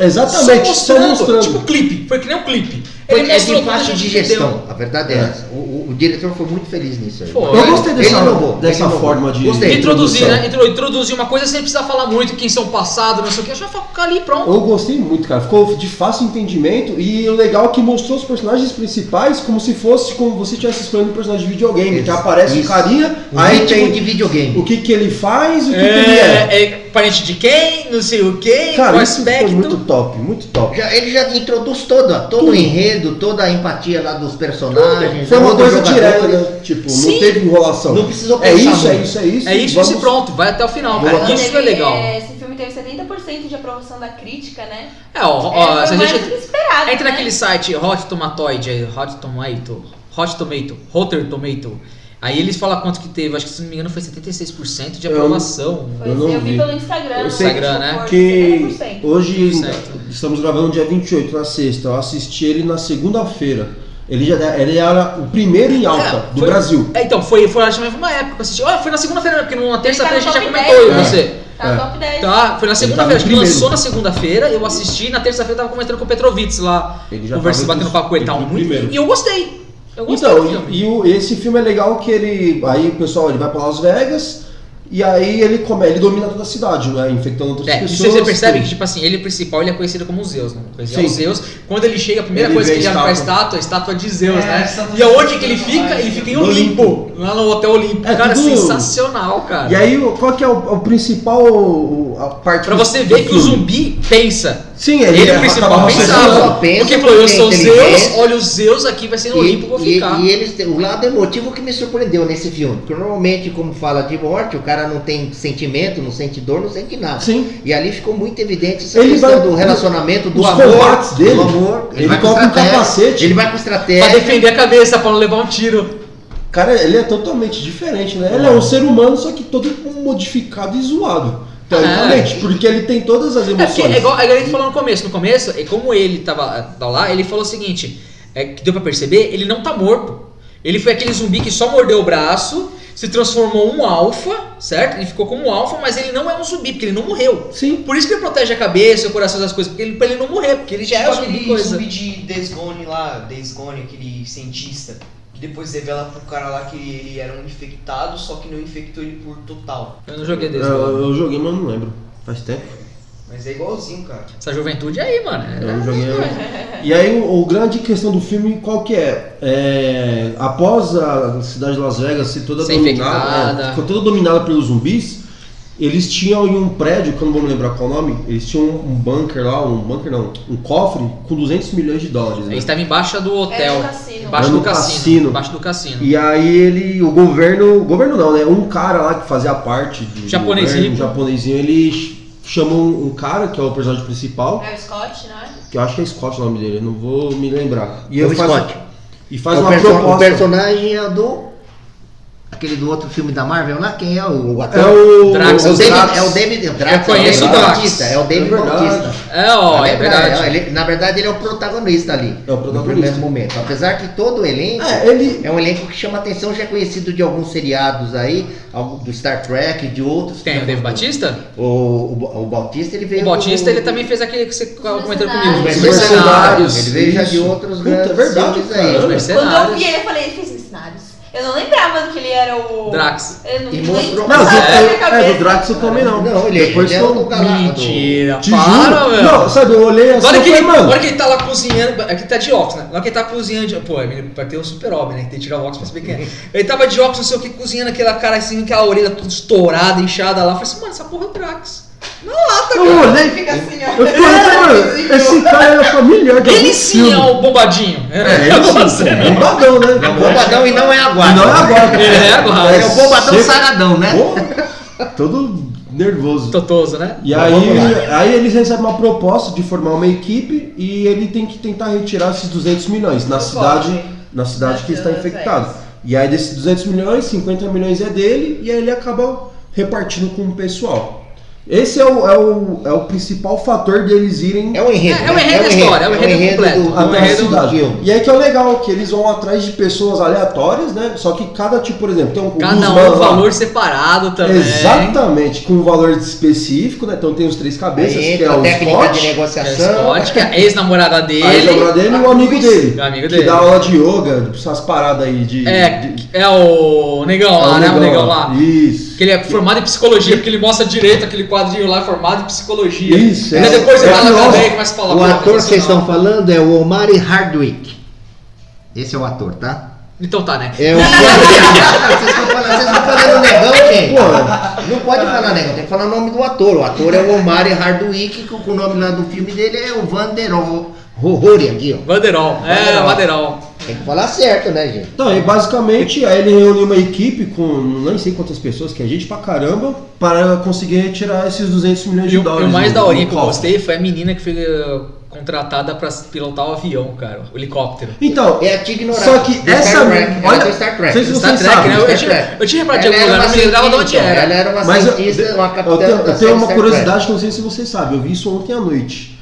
Speaker 2: Só
Speaker 4: Exatamente, só
Speaker 2: mostrando.
Speaker 4: mostrando.
Speaker 2: Tipo clipe. Foi que nem um clipe.
Speaker 3: foi-
Speaker 2: Ele
Speaker 3: é
Speaker 2: mostrou
Speaker 3: de
Speaker 2: tudo, a
Speaker 3: fácil
Speaker 2: gente
Speaker 3: digestão.
Speaker 2: entendeu.
Speaker 3: A verdade é,
Speaker 4: É.
Speaker 3: essa. O, o- o diretor foi muito feliz nisso. aí.
Speaker 2: Foi.
Speaker 4: Eu gostei dessa,
Speaker 3: Ele inovou, ele
Speaker 4: dessa
Speaker 3: inovou.
Speaker 4: forma de
Speaker 3: Gostei.
Speaker 2: Introduzir,
Speaker 4: introdução.
Speaker 2: né? Intro- Introduzir uma coisa sem precisar falar muito quem são passado, não sei o que. Eu já ficar ali pronto.
Speaker 4: Eu gostei muito, cara. Ficou de fácil entendimento e o legal é que mostrou os personagens principais como se fosse como você estivesse escolhendo um personagem de videogame.
Speaker 3: Isso,
Speaker 4: que aparece
Speaker 3: isso.
Speaker 4: o carinha,
Speaker 3: Um
Speaker 4: aí
Speaker 3: ritmo
Speaker 4: tem
Speaker 3: de videogame.
Speaker 4: o que, que ele faz, o que, que ele é.
Speaker 2: É, é parente de quem, não sei o que, qual
Speaker 4: Cara, isso
Speaker 2: aspecto.
Speaker 4: foi muito top, muito top.
Speaker 3: Já- ele já introduz todo, todo o
Speaker 4: Tudo.
Speaker 3: enredo, toda a empatia lá dos personagens.
Speaker 4: Foi uma
Speaker 3: todos os
Speaker 4: coisa direta,
Speaker 3: jogadores.
Speaker 4: né? Tipo,
Speaker 2: Sim.
Speaker 4: não teve enrolação.
Speaker 3: Não precisou
Speaker 4: é
Speaker 3: pensar
Speaker 4: isso, é
Speaker 3: muito.
Speaker 4: isso, é isso.
Speaker 2: é isso,
Speaker 4: vamos-
Speaker 2: isso e pronto, vai até o final,
Speaker 4: Vamos
Speaker 2: cara.
Speaker 4: lá.
Speaker 2: Isso
Speaker 5: Teve,
Speaker 2: é legal.
Speaker 5: é, Esse filme teve 70% de aprovação da crítica, né?
Speaker 2: É, ó, ó,
Speaker 5: é,
Speaker 2: se
Speaker 5: foi
Speaker 2: a
Speaker 5: mais do
Speaker 2: gente
Speaker 5: que esperado,
Speaker 2: entra
Speaker 5: né?
Speaker 2: naquele site Hot Tomatoid, aí, Hot Tomato, Hot Tomato, Rotter Tomato. Aí eles falam quanto que teve, acho que se não me engano foi 76% de
Speaker 4: Eu-
Speaker 2: aprovação.
Speaker 5: Foi,
Speaker 4: Eu
Speaker 5: eu,
Speaker 4: não
Speaker 5: vi
Speaker 4: vi.
Speaker 5: pelo Instagram.
Speaker 4: Eu
Speaker 5: no
Speaker 4: sei
Speaker 2: Instagram, né?
Speaker 5: Discord,
Speaker 4: Que
Speaker 5: 70%.
Speaker 4: hoje
Speaker 2: Certo.
Speaker 4: estamos gravando dia 28, na sexta. Eu assisti ele na segunda-feira. Ele já ele era o primeiro em alta
Speaker 2: É,
Speaker 4: do
Speaker 2: foi-
Speaker 4: Brasil.
Speaker 2: É, então, foi, foi acho que foi uma época que eu assisti. Ah, foi na segunda-feira, né? porque na terça-feira a
Speaker 5: Ele tá
Speaker 2: gente
Speaker 5: no
Speaker 2: já
Speaker 5: top
Speaker 2: comentou eu e
Speaker 4: 10,
Speaker 2: você.
Speaker 5: Tá
Speaker 4: É.
Speaker 5: top 10.
Speaker 2: Tá, foi na segunda-feira,
Speaker 4: no
Speaker 2: acho que
Speaker 4: primeiro.
Speaker 2: lançou na segunda-feira, eu assisti, na terça-feira eu tava comentando com o Petrovitz lá,
Speaker 4: Ele já
Speaker 2: conversando,
Speaker 4: tava
Speaker 2: batendo
Speaker 4: no-
Speaker 2: papo com ele,
Speaker 4: no
Speaker 2: tava muito.
Speaker 4: primeiro.
Speaker 2: E eu gostei. Eu gostei do
Speaker 4: Então,
Speaker 2: filme.
Speaker 4: e, e o- esse filme é legal que ele. Aí o pessoal ele vai pra Las Vegas e aí ele come, ele domina toda a cidade, né? Infectando outras
Speaker 2: É, e
Speaker 4: pessoas.
Speaker 2: você- você percebe que,
Speaker 4: tudo.
Speaker 2: tipo assim, ele principal ele é conhecido como Zeus, né? Pois é,
Speaker 4: Sim.
Speaker 2: o Zeus. Quando ele chega, a primeira
Speaker 4: Ele
Speaker 2: coisa
Speaker 4: vê
Speaker 2: que ele
Speaker 4: a
Speaker 2: abre pra
Speaker 4: estátua.
Speaker 2: estátua, a estátua de Zeus,
Speaker 6: É, a
Speaker 2: né?
Speaker 6: estátua
Speaker 2: e
Speaker 6: de
Speaker 2: aonde
Speaker 6: Zeus,
Speaker 2: que ele
Speaker 6: né?
Speaker 2: fica?
Speaker 6: Mas-
Speaker 2: Ele fica em
Speaker 4: Do
Speaker 2: Olimpo.
Speaker 4: Olimpo.
Speaker 2: Lá no Hotel Olimpo.
Speaker 4: É,
Speaker 2: cara,
Speaker 4: tudo-
Speaker 2: sensacional, cara.
Speaker 4: E aí, o- qual que é o, o principal o- a parte
Speaker 2: Pra
Speaker 4: do-
Speaker 2: você
Speaker 4: do
Speaker 2: ver que o
Speaker 4: filme?
Speaker 2: zumbi pensa.
Speaker 4: Sim, ele,
Speaker 2: Ele,
Speaker 4: é
Speaker 2: o principal,
Speaker 4: acaba
Speaker 2: pensava.
Speaker 4: raciocinando.
Speaker 3: Só pensa
Speaker 2: Porque ele falou, eu
Speaker 3: porque é
Speaker 2: sou
Speaker 3: inteligente.
Speaker 2: Zeus, olha o Zeus aqui, vai ser no Olimpo, vou
Speaker 3: e,
Speaker 2: ficar.
Speaker 3: e eles têm- o lado emotivo que me surpreendeu nesse filme. Porque normalmente, como fala de morte, o cara não tem sentimento, não sente dor, não sente nada.
Speaker 4: Sim.
Speaker 3: E ali ficou muito evidente essa
Speaker 4: Ele
Speaker 3: questão
Speaker 4: vai-
Speaker 3: do relacionamento, do
Speaker 4: os
Speaker 3: amor,
Speaker 4: combates dele,
Speaker 3: do amor.
Speaker 4: ele
Speaker 3: vai com
Speaker 4: coloca um
Speaker 3: estratégia,
Speaker 4: capacete.
Speaker 3: Ele vai com
Speaker 2: Pra
Speaker 3: estratégia.
Speaker 2: defender a cabeça, pra não levar um tiro.
Speaker 4: Cara, ele é totalmente diferente, né?
Speaker 2: Ah.
Speaker 4: Ele é um ser humano, só que todo modificado e zoado. Teoricamente, porque ele tem todas as
Speaker 2: Ah. É porque,
Speaker 4: emoções.
Speaker 2: é igual é igual a gente falou no começo. No começo, é como ele tava tava lá, ele falou o seguinte: é, que deu pra perceber, ele não tá morto. Ele foi aquele zumbi que só mordeu o braço, se transformou em um alfa, certo? Ele ficou como um alfa, mas ele não é um zumbi, porque ele não morreu.
Speaker 4: Sim.
Speaker 2: Por isso que ele protege a cabeça, o coração das coisas, porque ele, pra ele não morrer, porque ele já é
Speaker 6: Tipo
Speaker 2: um zumbi
Speaker 6: aquele
Speaker 2: coisa.
Speaker 6: zumbi de Days Gone lá, Days Gone, aquele cientista, que depois revela pro cara lá que ele era um infectado, só que não infectou ele por total.
Speaker 2: Eu não joguei
Speaker 4: Eu,
Speaker 2: desse. mano.
Speaker 4: eu joguei, mas eu não lembro. Faz tempo.
Speaker 6: Mas é igualzinho, cara.
Speaker 2: Essa juventude aí, mano.
Speaker 4: Eu
Speaker 2: é-
Speaker 4: não
Speaker 5: <laughs>
Speaker 4: joguei. E aí, o, o grande questão do filme, qual que é? É, Após a cidade de Las Vegas ser toda
Speaker 2: Ser
Speaker 4: dominada,
Speaker 2: infectada.
Speaker 4: é, ficou toda dominada pelos zumbis, Eles tinham em um prédio, que eu não vou me lembrar qual o nome, eles tinham um bunker lá, um bunker não, um cofre com 200 milhões de dólares. né?
Speaker 2: Ele estava embaixo do hotel.
Speaker 5: É no cassino.
Speaker 2: Embaixo
Speaker 4: Era
Speaker 2: do
Speaker 4: no
Speaker 2: cassino.
Speaker 4: cassino.
Speaker 2: Embaixo do cassino.
Speaker 4: E aí ele, o governo, o governo não, né? Um cara lá que fazia parte do
Speaker 2: Japonesinho.
Speaker 4: governo, um japonesinho, ele ch- chamou um, um cara que é o personagem principal,
Speaker 5: É o Scott, não é?
Speaker 4: que eu acho que é Scott o nome dele, não vou me lembrar. E
Speaker 3: É
Speaker 4: ele
Speaker 3: o
Speaker 4: faz-
Speaker 3: Scott. É
Speaker 4: E faz
Speaker 3: o,
Speaker 4: uma
Speaker 3: perso- o
Speaker 4: proposta.
Speaker 3: personagem é do. Aquele do outro filme da Marvel lá, quem é o, o ator?
Speaker 4: É o
Speaker 2: Drax,
Speaker 3: É o
Speaker 4: Drax.
Speaker 3: David, é o David o Drax,
Speaker 2: Eu conheço
Speaker 3: é
Speaker 2: o
Speaker 3: o David
Speaker 2: Drax.
Speaker 3: Bautista, é o
Speaker 4: É
Speaker 3: David
Speaker 4: verdade.
Speaker 3: Bautista.
Speaker 2: É, ó, é verdade.
Speaker 3: ele- na Ah, verdade, ele é o protagonista ali.
Speaker 4: É o
Speaker 3: No
Speaker 4: protagonista.
Speaker 3: primeiro momento. Apesar que todo o elenco
Speaker 4: É, ele
Speaker 3: é um elenco que chama atenção, já é conhecido de alguns seriados aí, algum- do Star Trek, de outros.
Speaker 2: Tem o Dave Batista?
Speaker 3: O, o, o Bautista, ele veio.
Speaker 2: O Bautista
Speaker 3: do-
Speaker 2: ele também fez aquele que você comentou comigo. Os
Speaker 5: Mercenários.
Speaker 3: Os
Speaker 2: mercenários.
Speaker 3: Mercenários. Ele veio já de
Speaker 4: Isso.
Speaker 3: outros
Speaker 4: Puta,
Speaker 3: grandes
Speaker 4: é verdade,
Speaker 3: filmes
Speaker 4: cara.
Speaker 3: aí.
Speaker 2: Os
Speaker 5: Quando eu vi
Speaker 2: mercenários.
Speaker 5: ele, eu falei, ele fez mercenários. Eu não lembrava que ele era o.
Speaker 2: Drax.
Speaker 5: Eu não
Speaker 3: E mostrou-
Speaker 4: Não,
Speaker 5: Não,
Speaker 4: do-
Speaker 5: é,
Speaker 4: é, do Drax eu também não.
Speaker 3: Não, ele,
Speaker 4: Depois
Speaker 3: ele é
Speaker 4: que eu-
Speaker 3: o galado.
Speaker 2: Mentira.
Speaker 4: Te
Speaker 2: Para,
Speaker 4: juro.
Speaker 2: velho.
Speaker 4: Não, sabe, eu olhei assim,
Speaker 2: Agora
Speaker 4: eu
Speaker 2: que,
Speaker 4: falei,
Speaker 2: ele,
Speaker 4: mano.
Speaker 2: agora que ele tá lá cozinhando, aqui tá de óculos, né? Agora que ele tá cozinhando, de- pô, ele vai ter o super-homem, né? Que tem que tirar o óculos pra saber quem
Speaker 4: <laughs>
Speaker 2: é. Ele tava de óculos, não sei o que, cozinhando aquela cara assim, aquela orelha toda estourada, inchada lá. Eu falei assim, mano, essa porra é o Drax.
Speaker 4: Eu olhei.
Speaker 5: Fica assim, ó.
Speaker 4: Eu falei, mano, esse cara era familiar de
Speaker 2: Ele
Speaker 4: algum
Speaker 2: sim
Speaker 4: um filme.
Speaker 2: é o bombadinho.
Speaker 4: É, <laughs> ele sim, é um bombadão, né?
Speaker 3: É o bobadão e não é a guarda.
Speaker 4: Não é agora.
Speaker 2: Ele é agora.
Speaker 3: É o bobadão
Speaker 4: Seco.
Speaker 3: saradão, né?
Speaker 4: Pô, todo nervoso.
Speaker 2: Totoso, né?
Speaker 4: E
Speaker 3: Mas
Speaker 4: aí,
Speaker 3: vamos
Speaker 4: aí eles recebem uma proposta de formar uma equipe e ele tem que tentar retirar esses 200 milhões na
Speaker 5: Não
Speaker 4: cidade,
Speaker 5: pode.
Speaker 4: na cidade que
Speaker 5: Nas
Speaker 4: está
Speaker 5: duas
Speaker 4: infectado.
Speaker 5: vezes.
Speaker 4: E aí desses 200 milhões, 50 milhões é dele e aí ele acaba repartindo com o pessoal. Esse é o, é o, é o principal fator deles irem
Speaker 3: É o enredo.
Speaker 2: É, é o
Speaker 3: né?
Speaker 2: enredo da história, é o enredo completo.
Speaker 3: do-
Speaker 4: até a
Speaker 3: enredo do
Speaker 4: cidade.
Speaker 3: filme.
Speaker 4: E aí que é o legal, que eles vão atrás de pessoas aleatórias, né? Só que cada tipo, por exemplo, tem um
Speaker 2: Cada
Speaker 4: Guzmán
Speaker 2: um um
Speaker 4: lá.
Speaker 2: valor separado também.
Speaker 4: Exatamente, com um valor específico, né? Então tem os três cabeças,
Speaker 3: Aí
Speaker 4: que é
Speaker 3: entra a
Speaker 4: o
Speaker 3: técnica de
Speaker 4: Scott,
Speaker 2: É
Speaker 3: negociação.
Speaker 2: Scott, que é a ex-namorada dele.
Speaker 4: a ex-namorada dele e o amigo dele.
Speaker 2: O amigo
Speaker 4: que
Speaker 2: dele.
Speaker 4: dá aula de yoga, essas paradas aí de.
Speaker 2: É,
Speaker 4: de- É
Speaker 2: é o negão lá, né? O negão lá.
Speaker 4: Isso.
Speaker 2: Que ele é formado em psicologia, porque ele mostra direito aquele quadrinho lá formado em psicologia.
Speaker 4: Isso,
Speaker 2: E
Speaker 4: é.
Speaker 2: aí depois
Speaker 4: É
Speaker 2: ele vai lá
Speaker 4: curioso.
Speaker 2: também e começa a falar.
Speaker 3: O
Speaker 2: "Pô,
Speaker 3: ator que vocês
Speaker 2: profissional."
Speaker 3: estão falando é o Omari Hardwick. Esse é o ator, tá?
Speaker 2: Então tá, né?
Speaker 3: <laughs> É o. Ah, Vocês estão falando, vocês estão falando negão, gente.
Speaker 4: Pô,
Speaker 3: Não pode falar negão, tem que falar o nome do ator. O ator é o Omari Hardwick, que o nome lá do filme dele é o Vanderol Rohori aqui, ó.
Speaker 2: Vanderol. É,
Speaker 3: Vanderol.
Speaker 2: Vanderol.
Speaker 3: Tem que falar certo, né, gente?
Speaker 4: Então, e basicamente, aí ele reúne uma equipe com nem sei quantas pessoas, que é gente pra caramba, para conseguir retirar esses 200 milhões
Speaker 2: E
Speaker 4: de
Speaker 2: o, e
Speaker 4: dólares.
Speaker 2: o mais
Speaker 4: do-
Speaker 2: da
Speaker 4: do
Speaker 2: que eu
Speaker 4: cofre.
Speaker 2: gostei foi a menina que foi eh, contratada pra pilotar o avião, cara. O helicóptero.
Speaker 4: Então,
Speaker 3: É a Tig Nora.
Speaker 4: Só que
Speaker 3: do
Speaker 4: essa-
Speaker 3: Star Trek. Ela
Speaker 4: olha-
Speaker 3: é do Star Trek.
Speaker 4: vocês-
Speaker 2: Star
Speaker 4: vocês
Speaker 2: Trek,
Speaker 4: sabem,
Speaker 2: né? Eu,
Speaker 3: Star
Speaker 2: eu tinha,
Speaker 3: Trek.
Speaker 2: eu tinha reparado de
Speaker 3: é, Ela
Speaker 2: algum
Speaker 3: era
Speaker 2: lugar,
Speaker 3: uma
Speaker 2: não me lembrava de onde
Speaker 3: cientista, Ela é
Speaker 2: era.
Speaker 3: era uma
Speaker 4: Mas eu,
Speaker 3: cientista, uma
Speaker 4: eu
Speaker 3: capitã
Speaker 4: tenho,
Speaker 3: da
Speaker 4: eu tenho
Speaker 3: série
Speaker 4: uma
Speaker 3: Star
Speaker 4: curiosidade que eu não sei se você sabe, eu vi isso ontem à noite.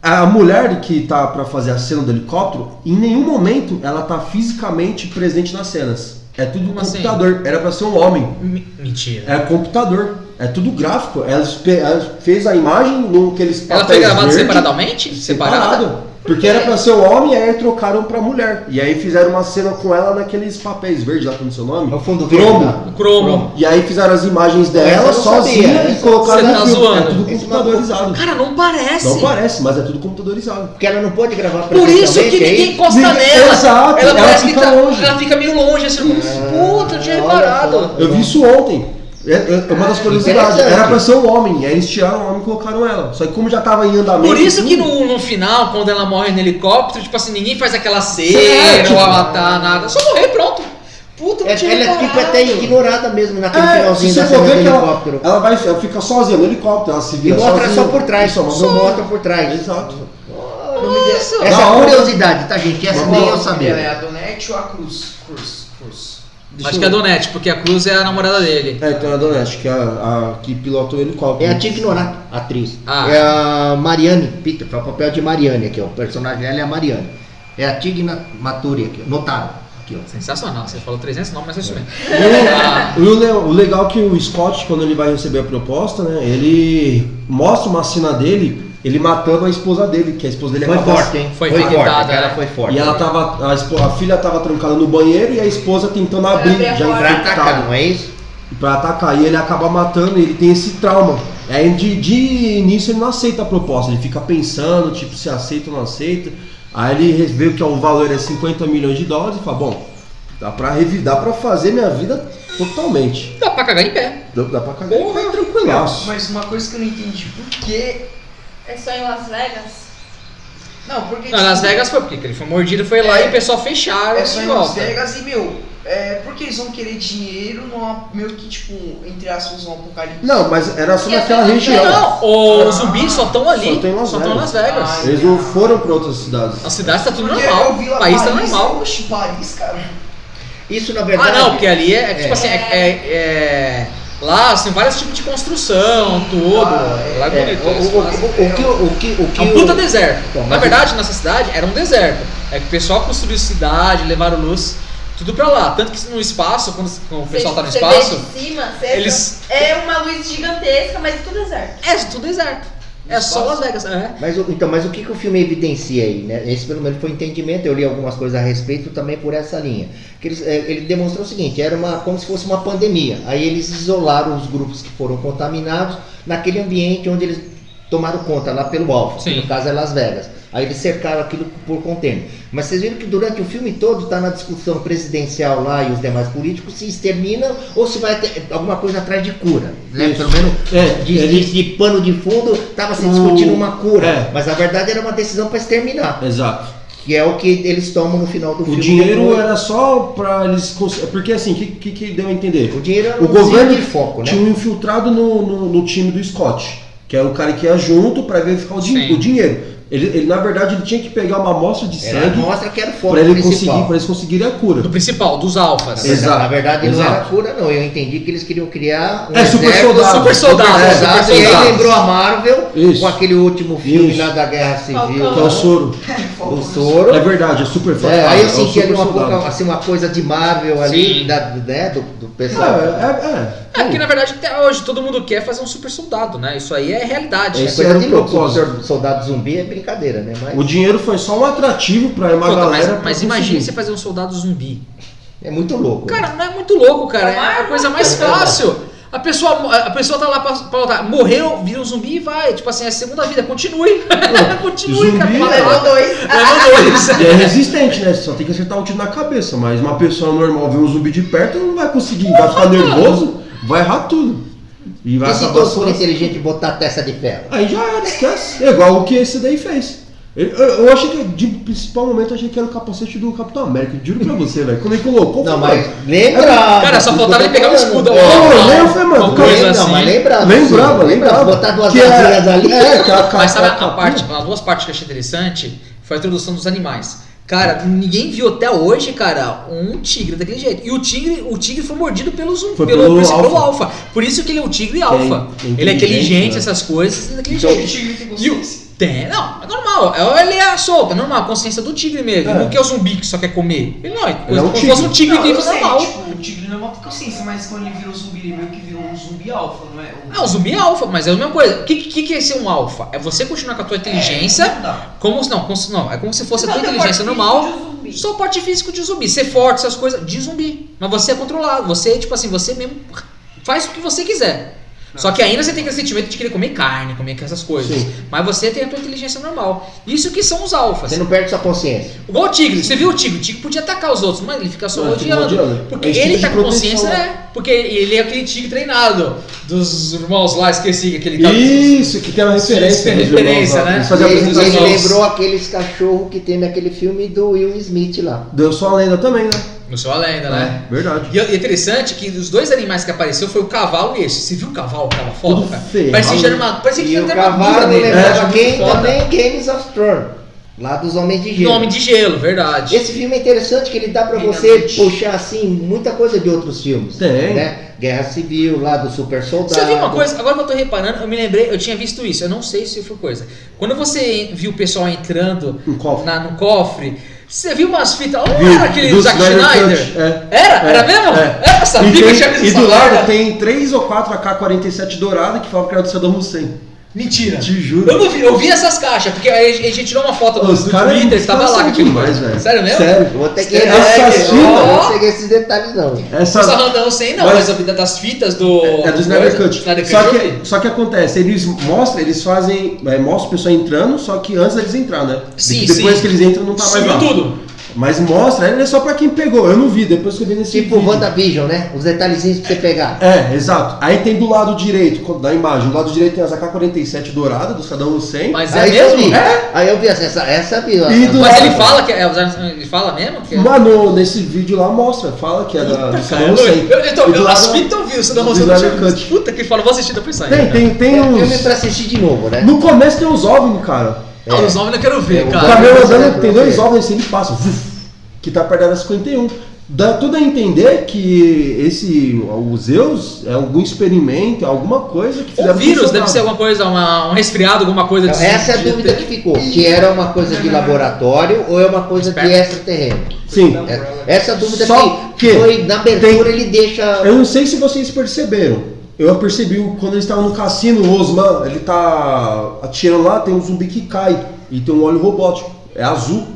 Speaker 4: A mulher que tá pra fazer a cena do helicóptero, em nenhum momento ela tá fisicamente presente nas cenas. É tudo
Speaker 2: Como assim?
Speaker 4: computador. Era pra ser um homem.
Speaker 2: Me- Mentira.
Speaker 4: É computador. É tudo gráfico. Ela, espe- ela fez a imagem num aqueles
Speaker 2: Ela foi
Speaker 4: papéis
Speaker 2: gravada
Speaker 4: um verde,
Speaker 2: separadamente? Separada?
Speaker 4: Separado. Porque era pra ser um homem, aí trocaram pra mulher. E aí fizeram uma cena com ela naqueles papéis verdes lá, como é o seu nome?
Speaker 3: É o fundo verde,
Speaker 4: Cromo.
Speaker 3: né?
Speaker 2: O cromo.
Speaker 4: E aí fizeram as imagens
Speaker 3: Essa eu
Speaker 4: dela
Speaker 3: não
Speaker 4: sozinha
Speaker 3: sabia,
Speaker 4: e
Speaker 3: essa-
Speaker 4: colocaram
Speaker 2: Você
Speaker 4: no
Speaker 2: tá
Speaker 4: filme.
Speaker 2: zoando.
Speaker 4: É tudo
Speaker 3: Esse
Speaker 4: computadorizado.
Speaker 2: Cara, não parece.
Speaker 4: Não parece, mas é tudo computadorizado.
Speaker 3: Porque ela não pode gravar
Speaker 2: Por isso que
Speaker 3: presencialmente, é
Speaker 2: ninguém
Speaker 3: isso?
Speaker 2: encosta
Speaker 4: Ninguém-
Speaker 2: nela.
Speaker 4: Exato,
Speaker 2: Ela
Speaker 4: ela
Speaker 2: parece que
Speaker 4: fica
Speaker 2: tá,
Speaker 4: longe.
Speaker 2: ela fica meio longe, assim, como puta, é eu tinha
Speaker 3: olha
Speaker 2: reparado.
Speaker 3: só.
Speaker 4: Eu vi isso ontem. É, é- é uma das curiosidades.
Speaker 3: interessante.
Speaker 4: Era pra ser um homem. E aí eles tiraram o homem e colocaram ela. Só que como já tava em andamento.
Speaker 2: Por isso que
Speaker 4: tudo,
Speaker 2: no, no final, quando ela morre no helicóptero, tipo assim, ninguém faz aquela
Speaker 4: Sim, é,
Speaker 2: cena,
Speaker 4: tipo-
Speaker 2: ou avatar, nada. Só morrer, pronto. Puta, não
Speaker 3: É-
Speaker 2: tinha
Speaker 3: Ela é tipo
Speaker 2: reparado.
Speaker 3: até ignorada mesmo naquele
Speaker 4: É, se
Speaker 3: finalzinho
Speaker 4: você
Speaker 3: da
Speaker 4: for
Speaker 3: cena do
Speaker 4: ver que ela,
Speaker 3: helicóptero.
Speaker 4: ela, vai, ela fica sozinha no helicóptero, ela se
Speaker 3: E
Speaker 4: vira
Speaker 3: mostra
Speaker 4: sozinha.
Speaker 3: só por trás,
Speaker 4: Isso, é
Speaker 3: só
Speaker 4: mas
Speaker 3: mostra por trás.
Speaker 4: Exato.
Speaker 2: Nossa.
Speaker 3: Essa é
Speaker 4: Da
Speaker 3: a
Speaker 4: hora.
Speaker 3: curiosidade, tá, gente? Essa nem eu
Speaker 6: Ela é
Speaker 3: sabia.
Speaker 6: a Donete ou a Cruz? Cruz, Cruz.
Speaker 4: Deixa
Speaker 2: Acho
Speaker 4: eu
Speaker 2: que é a
Speaker 4: ver.
Speaker 2: Donete, porque a Cruz é a namorada dele.
Speaker 4: É, então é a Dona, acho que é a, a que pilota o
Speaker 3: É
Speaker 4: helicóptero.
Speaker 3: a Tig Norato, atriz.
Speaker 2: Ah.
Speaker 3: É a Mariane Peter, faz o papel de Mariane aqui, ó. O personagem dela é a Mariane. É a Tigna Maturi aqui, ó. Notaro. Aqui, ó.
Speaker 2: Sensacional, você falou 300 nomes, mas é isso mesmo. Ah.
Speaker 4: E o, le- o legal é que o Scott, quando ele vai receber a proposta, né? Ele mostra uma cena dele, ele matando a esposa dele, que a esposa dele é
Speaker 3: Foi
Speaker 4: capaz-
Speaker 3: forte, hein?
Speaker 2: Foi
Speaker 3: forte.
Speaker 2: infectada,
Speaker 3: Ela
Speaker 2: né?
Speaker 3: foi forte.
Speaker 4: E ela tá tava. A, espo- a filha tava trancada no banheiro e a esposa tentando abrir,
Speaker 5: abrir a
Speaker 4: já
Speaker 5: porta.
Speaker 3: Pra atacar,
Speaker 4: infectada.
Speaker 3: não é isso?
Speaker 4: Pra atacar. E ele acaba matando e ele tem esse trauma. É Aí de, de início ele não aceita a proposta, ele fica pensando, tipo, se aceita ou não aceita. Aí ele re- vê que o valor é 50 milhões de dólares e fala, bom, dá pra revidar pra fazer minha vida totalmente.
Speaker 2: Dá pra cagar em pé.
Speaker 4: Dá, dá pra cagar.
Speaker 2: Porra,
Speaker 4: Tá Tranquilaço.
Speaker 6: Mas uma coisa que eu não entendi, por quê?
Speaker 5: É só em Las Vegas?
Speaker 6: Não, porque. tipo,
Speaker 2: Não, Las Vegas foi porque ele foi mordido, foi lá e o pessoal fecharam
Speaker 6: É
Speaker 2: de
Speaker 6: só em Las
Speaker 2: volta.
Speaker 6: Vegas e, meu, é, porque eles vão querer dinheiro numa. meio que, tipo, entre aspas, um apocalipse.
Speaker 4: Não, mas era só
Speaker 5: E
Speaker 4: naquela
Speaker 5: essa-
Speaker 4: região.
Speaker 2: Não, os
Speaker 6: Ah.
Speaker 2: zumbis só estão ali.
Speaker 4: Só tem Las
Speaker 2: Só estão em Las
Speaker 4: Vegas.
Speaker 2: Vegas.
Speaker 6: Ah,
Speaker 4: Eles não foram pra outras cidades.
Speaker 2: A cidade tá tudo
Speaker 6: Porque
Speaker 2: normal.
Speaker 6: eu vi lá
Speaker 2: O país tá
Speaker 6: Paris,
Speaker 2: normal.
Speaker 6: Oxe, Paris, cara.
Speaker 3: Isso na
Speaker 2: Ah,
Speaker 3: verdade.
Speaker 2: não, porque ali é, é que, tipo
Speaker 3: É.
Speaker 2: assim, é, é- é- Lá, assim, vários tipos de construção, tudo.
Speaker 6: Ah, é.
Speaker 2: lá é
Speaker 3: É,
Speaker 2: bonito.
Speaker 3: o,
Speaker 2: eles
Speaker 3: o-
Speaker 2: fazem.
Speaker 3: o- o que o, o que o que
Speaker 2: É um puta
Speaker 3: o-
Speaker 2: deserto.
Speaker 3: Então,
Speaker 2: Na
Speaker 3: mas-
Speaker 2: verdade, nessa cidade era um deserto. É que o pessoal construiu cidade, levaram luz, tudo pra lá. Tanto que no espaço, quando quando o pessoal tá no
Speaker 5: Você- Você
Speaker 2: espaço,
Speaker 5: vê de cima, você
Speaker 2: eles.
Speaker 5: É uma luz gigantesca, mas tudo deserto.
Speaker 2: É tudo deserto. É só Las Vegas. É.
Speaker 3: Mas o- então, mas o que, que o filme evidencia aí, né? Esse pelo menos foi o entendimento, eu li algumas coisas a respeito também por essa linha. Que eles, eh, ele demonstrou o seguinte, era uma, como se fosse uma pandemia. Aí eles isolaram os grupos que foram contaminados naquele ambiente onde eles tomaram conta, lá pelo alfa,
Speaker 2: Sim.
Speaker 3: que no caso é Las Vegas. Aí eles cercaram aquilo por container. Mas vocês viram que durante o filme todo está na discussão presidencial lá e os demais políticos se exterminam ou se vai ter alguma coisa atrás de cura. Né?
Speaker 4: Isso.
Speaker 3: Pelo menos
Speaker 4: É,
Speaker 3: de,
Speaker 4: ele-
Speaker 3: de- de pano de fundo estava se
Speaker 4: O-
Speaker 3: discutindo uma cura.
Speaker 4: É.
Speaker 3: Mas na verdade era uma decisão para exterminar,
Speaker 4: Exato.
Speaker 3: que é o que eles tomam no final do
Speaker 4: O
Speaker 3: filme.
Speaker 4: dinheiro
Speaker 3: depois.
Speaker 4: era só pra eles. cons- Porque assim, o que, que, que deu a entender?
Speaker 3: o dinheiro era
Speaker 4: O
Speaker 3: um
Speaker 4: governo
Speaker 3: de foco, né?
Speaker 4: Tinha um infiltrado no, no, no time do Scott, que era o cara que ia junto pra verificar o, din-
Speaker 2: Sim.
Speaker 4: o dinheiro. Ele, ele, na verdade, ele tinha que pegar uma amostra de
Speaker 3: Era a
Speaker 4: sangue
Speaker 3: mostra que era o foco
Speaker 4: um pra ele
Speaker 3: principal.
Speaker 4: conseguir, pra eles conseguirem a
Speaker 2: É. Do
Speaker 4: cura.
Speaker 2: principal, dos alfas.
Speaker 4: Exato.
Speaker 3: Na verdade não era
Speaker 4: Exato.
Speaker 3: cura, não. Eu entendi que eles queriam criar um
Speaker 4: É, super
Speaker 3: exército-
Speaker 4: soldado. É,
Speaker 2: Super soldado,
Speaker 4: Super
Speaker 2: super
Speaker 3: Exato, e
Speaker 2: soldado.
Speaker 3: aí lembrou a Marvel
Speaker 4: Isso.
Speaker 3: com aquele último filme
Speaker 4: Isso.
Speaker 3: lá da Guerra Civil,
Speaker 5: Falcão.
Speaker 4: Que é o soro.
Speaker 3: o
Speaker 4: É
Speaker 3: Soro.
Speaker 4: verdade, é super fácil.
Speaker 3: É, aí eu
Speaker 4: o
Speaker 3: senti
Speaker 4: super
Speaker 3: ali uma,
Speaker 4: soldado.
Speaker 3: pouca- assim, uma coisa de Marvel ali,
Speaker 2: Sim.
Speaker 3: da- né, do, do pessoal.
Speaker 4: É, é, é.
Speaker 2: É que na verdade até hoje todo mundo quer fazer um super soldado, né? Isso aí é realidade.
Speaker 3: É
Speaker 4: Esse
Speaker 3: coisa
Speaker 4: era o
Speaker 3: de louco.
Speaker 4: propósito.
Speaker 3: Soldado- Soldado zumbi é brincadeira, né? Mas
Speaker 4: O dinheiro foi só um atrativo pra uma
Speaker 2: Pô, mas
Speaker 4: galera. é pra
Speaker 2: mas imagina
Speaker 4: conseguir.
Speaker 2: você fazer um soldado zumbi.
Speaker 3: é muito louco.
Speaker 2: Cara, não é muito louco, cara. É a coisa mais fácil. A pessoa, a pessoa tá lá pra, pra lutar. Morreu, vira um zumbi e vai. Tipo assim, é a segunda vida. Continue. <laughs> Continue,
Speaker 4: zumbi,
Speaker 2: cara.
Speaker 4: né?
Speaker 5: Level 2.
Speaker 2: Level dois.
Speaker 4: E é resistente, né? Você só tem que acertar um tiro na cabeça. Mas uma pessoa normal vê um zumbi de perto não vai conseguir. Vai ficar nervoso, vai errar tudo. E vai
Speaker 3: Quem se
Speaker 4: acabar
Speaker 3: for por
Speaker 4: sendo-
Speaker 3: inteligente de botar a testa de ferro?
Speaker 4: Aí já era, esquece. É igual o que esse daí fez. Eu, eu- eu achei que, de principal momento, eu achei que era o capacete do Capitão América. eu Juro pra você, velho. Quando ele colocou,
Speaker 3: Não,
Speaker 4: eu
Speaker 3: mas
Speaker 4: falei,
Speaker 3: lembrava.
Speaker 2: Cara, só faltava ele pegar um escudo.
Speaker 3: É,
Speaker 4: Não,
Speaker 2: Uma-
Speaker 4: nem eu falei, mano,
Speaker 2: uma
Speaker 4: cara,
Speaker 2: coisa
Speaker 3: Lembra,
Speaker 2: assim.
Speaker 3: mas lembrava.
Speaker 4: Lembrava,
Speaker 3: sim,
Speaker 4: lembrava.
Speaker 3: Botar duas
Speaker 4: Que era-
Speaker 3: asinhas ali.
Speaker 4: É, que a,
Speaker 2: Mas sabe a,
Speaker 4: capinha-
Speaker 2: parte, as duas partes que eu achei interessante foi a introdução dos animais. Cara, ninguém viu até hoje, cara, um tigre daquele jeito. E o tigre, o tigre foi mordido pelo zum-
Speaker 4: Foi
Speaker 2: pelo,
Speaker 4: pelo
Speaker 2: pelo, pelo
Speaker 4: alfa.
Speaker 2: alfa. Por isso que ele é o tigre alfa.
Speaker 4: é
Speaker 2: ele é
Speaker 4: inteligente,
Speaker 2: inteligente,
Speaker 4: né?
Speaker 2: essas coisas, daquele
Speaker 6: Então,
Speaker 2: jeito.
Speaker 6: o tigre tem
Speaker 2: E o-
Speaker 6: consciência.
Speaker 2: Tem, não, é normal. É- Ele é solto, é normal, a consciência do tigre mesmo.
Speaker 4: É.
Speaker 2: Não que é o zumbi que só quer comer. Ele não, é
Speaker 4: Ele é um
Speaker 2: como se fosse um tigre
Speaker 6: Não,
Speaker 2: que
Speaker 6: eu
Speaker 2: é
Speaker 6: sei,
Speaker 2: normal.
Speaker 6: Tipo, o tigre não é uma consciência, mas quando ele virou zumbi, ele meio que virou um zumbi alfa, não é?
Speaker 2: É um zumbi é alfa, mas é a mesma coisa. O que, que, que é ser um alfa? É você continuar com a tua inteligência,
Speaker 6: não dá.
Speaker 2: como se não, como se não, é como se fosse a
Speaker 5: Só
Speaker 2: tua
Speaker 5: tem
Speaker 2: inteligência
Speaker 5: corpo
Speaker 2: normal,
Speaker 5: de zumbi.
Speaker 2: só a parte física de zumbi, ser forte, essas coisas, de zumbi. Mas você é controlado, você, tipo assim, você mesmo faz o que você quiser. Só que ainda você tem aquele sentimento de querer comer carne, comer essas coisas.
Speaker 4: Sim.
Speaker 2: Mas você tem a tua inteligência normal. Isso que são os alfas.
Speaker 3: Você não perde sua consciência.
Speaker 2: Igual o tigre, você viu o tigre, o tigre podia atacar os outros, mas ele fica só
Speaker 4: Não, ele fica
Speaker 2: rodeando.
Speaker 4: rodeando.
Speaker 2: Porque
Speaker 4: É instinto
Speaker 2: ele
Speaker 4: de
Speaker 2: tá com
Speaker 4: proteção,
Speaker 2: consciência,
Speaker 4: né?
Speaker 2: é. Porque ele é aquele tigre treinado dos irmãos lá, esqueci aquele cara.
Speaker 4: Isso, que tem uma referência.
Speaker 2: né? Tem
Speaker 4: nos irmãos
Speaker 2: referência,
Speaker 4: lá.
Speaker 2: né?
Speaker 4: Eles
Speaker 3: E
Speaker 4: faziam
Speaker 3: ele,
Speaker 2: apresentação.
Speaker 3: ele
Speaker 4: apresentações.
Speaker 3: lembrou aqueles cachorros que tem naquele filme do Will Smith lá.
Speaker 4: Deu só a lenda também, né?
Speaker 2: No seu a lenda, né?
Speaker 4: Verdade.
Speaker 2: E é interessante que os dois animais que apareceu foi o cavalo e esse. Você viu o cavalo que tava é foda,
Speaker 4: Tudo
Speaker 2: cara?
Speaker 4: feio.
Speaker 2: Parecia que tinha armadura. Parecia que
Speaker 3: E
Speaker 2: tinha
Speaker 3: o
Speaker 2: até armadura
Speaker 3: cavalo
Speaker 2: nele.
Speaker 4: né?
Speaker 3: lembrava
Speaker 2: Muito
Speaker 3: quem
Speaker 2: foda.
Speaker 3: também? é Games of Thrones. Lá dos Homens de Gelo.
Speaker 2: Nome de gelo, verdade.
Speaker 3: Esse filme é interessante que ele dá pra
Speaker 6: Ele
Speaker 3: você
Speaker 6: realmente-
Speaker 3: puxar assim muita coisa de outros filmes.
Speaker 4: Tem.
Speaker 3: Né? Guerra Civil, lá do Super Soldado.
Speaker 2: Você viu uma coisa? Agora que eu tô reparando, eu me lembrei, eu tinha visto isso, eu não sei se foi coisa. Quando você viu o pessoal entrando
Speaker 4: Um cofre.
Speaker 2: na- no cofre, você viu umas fitas. Olha
Speaker 4: Vi-
Speaker 2: aquele
Speaker 4: do
Speaker 2: é Zack
Speaker 4: Snyder
Speaker 2: Schneider.
Speaker 4: Cut, é.
Speaker 2: Era?
Speaker 4: É,
Speaker 2: Era mesmo?
Speaker 4: é.
Speaker 2: Era essa
Speaker 4: E,
Speaker 2: pica
Speaker 4: tem-
Speaker 2: tinha visto
Speaker 4: e do
Speaker 2: essa
Speaker 4: lado
Speaker 2: merda?
Speaker 4: tem 3 ou 4 AK-47 dourada que falava que era do Saddam Hussein.
Speaker 2: Mentira.
Speaker 4: Te juro.
Speaker 2: Eu, não vi, eu vi essas caixas, porque aí a gente tirou uma foto do,
Speaker 4: Os
Speaker 2: do
Speaker 4: caras-
Speaker 2: Twitter,
Speaker 4: os
Speaker 2: tava
Speaker 4: caras
Speaker 2: lá.
Speaker 4: são
Speaker 2: que tinha-
Speaker 4: demais, velho.
Speaker 2: Sério mesmo?
Speaker 4: Sério.
Speaker 3: Vou ter que
Speaker 4: Essa
Speaker 3: rever,
Speaker 4: assassina.
Speaker 3: eu não peguei esses detalhes não. Tipo
Speaker 2: Não
Speaker 4: Essa,
Speaker 2: só não sei não,
Speaker 4: Mas-
Speaker 2: mas a vida das fitas do.
Speaker 4: É do Snyder
Speaker 2: coisa-
Speaker 4: Cut.
Speaker 2: Snyder Cut é
Speaker 4: Só
Speaker 2: eu
Speaker 4: que,
Speaker 2: vi.
Speaker 4: só que acontece, eles mostram, eles fazem. É, mostra o pessoal entrando, só que antes deles entrar, né?
Speaker 2: Sim,
Speaker 4: De- Depois
Speaker 2: sim.
Speaker 4: que eles entram, não tá mais
Speaker 2: Sumiu
Speaker 4: lá.
Speaker 2: tudo.
Speaker 4: Mas mostra, ele é só pra quem pegou. Eu não vi, depois que eu vi nesse
Speaker 3: Tipo
Speaker 4: vídeo.
Speaker 3: WandaVision, né? Os detalhezinhos pra você pegar.
Speaker 4: É, exato. Aí tem do lado direito co- da imagem. Do lado direito tem as AK-47 dourada, dos cada um 100.
Speaker 2: Mas é
Speaker 3: aí eu
Speaker 2: mesmo?
Speaker 3: vi. Aí eu vi assim, essa, essa vi. ó.
Speaker 4: E do
Speaker 2: Mas
Speaker 4: lado-
Speaker 2: ele fala que é. Ele fala mesmo? Que é?
Speaker 4: Mano, nesse vídeo lá mostra, fala que é da, dos cada um 100.
Speaker 2: Eu, então,
Speaker 4: E do
Speaker 2: eu
Speaker 4: lado-
Speaker 2: assisti, então vi, o Senão
Speaker 4: do
Speaker 2: Rosa não
Speaker 4: lado
Speaker 2: tinha
Speaker 4: é
Speaker 2: visto. Puta que fala, vou assistir depois então. sair.
Speaker 4: Tem, tem, tem
Speaker 3: É um filme
Speaker 4: uns...
Speaker 3: pra assistir de novo, né?
Speaker 4: No começo tem uns OVNI, cara.
Speaker 2: Ah, os homens eu quero ver,
Speaker 3: Eu-
Speaker 4: É, O
Speaker 2: cara.
Speaker 3: Pra mim-
Speaker 4: caminhão
Speaker 3: Mas
Speaker 4: andando,
Speaker 3: é
Speaker 4: tem dois
Speaker 3: você.
Speaker 4: ovos assim, ele passa. vuf, que tá perto da área 51. Dá tudo a entender que esse, os Zeus é algum experimento, é alguma coisa que
Speaker 2: Um
Speaker 4: fizeram.
Speaker 2: vírus,
Speaker 4: funcionar.
Speaker 2: deve ser alguma coisa, uma- um resfriado, alguma coisa
Speaker 3: Então,
Speaker 2: disso.
Speaker 3: essa é a dúvida que ficou. Que era uma coisa de laboratório ou é uma coisa de extraterrestre?
Speaker 4: Sim.
Speaker 3: É- Essa dúvida
Speaker 4: Só
Speaker 3: que,
Speaker 4: que
Speaker 3: foi na abertura ele deixa.
Speaker 4: Eu não sei se vocês perceberam. Eu percebi quando eles estavam no cassino, o Osman, ele tá atirando lá, tem um zumbi que cai e tem um óleo robótico. É azul.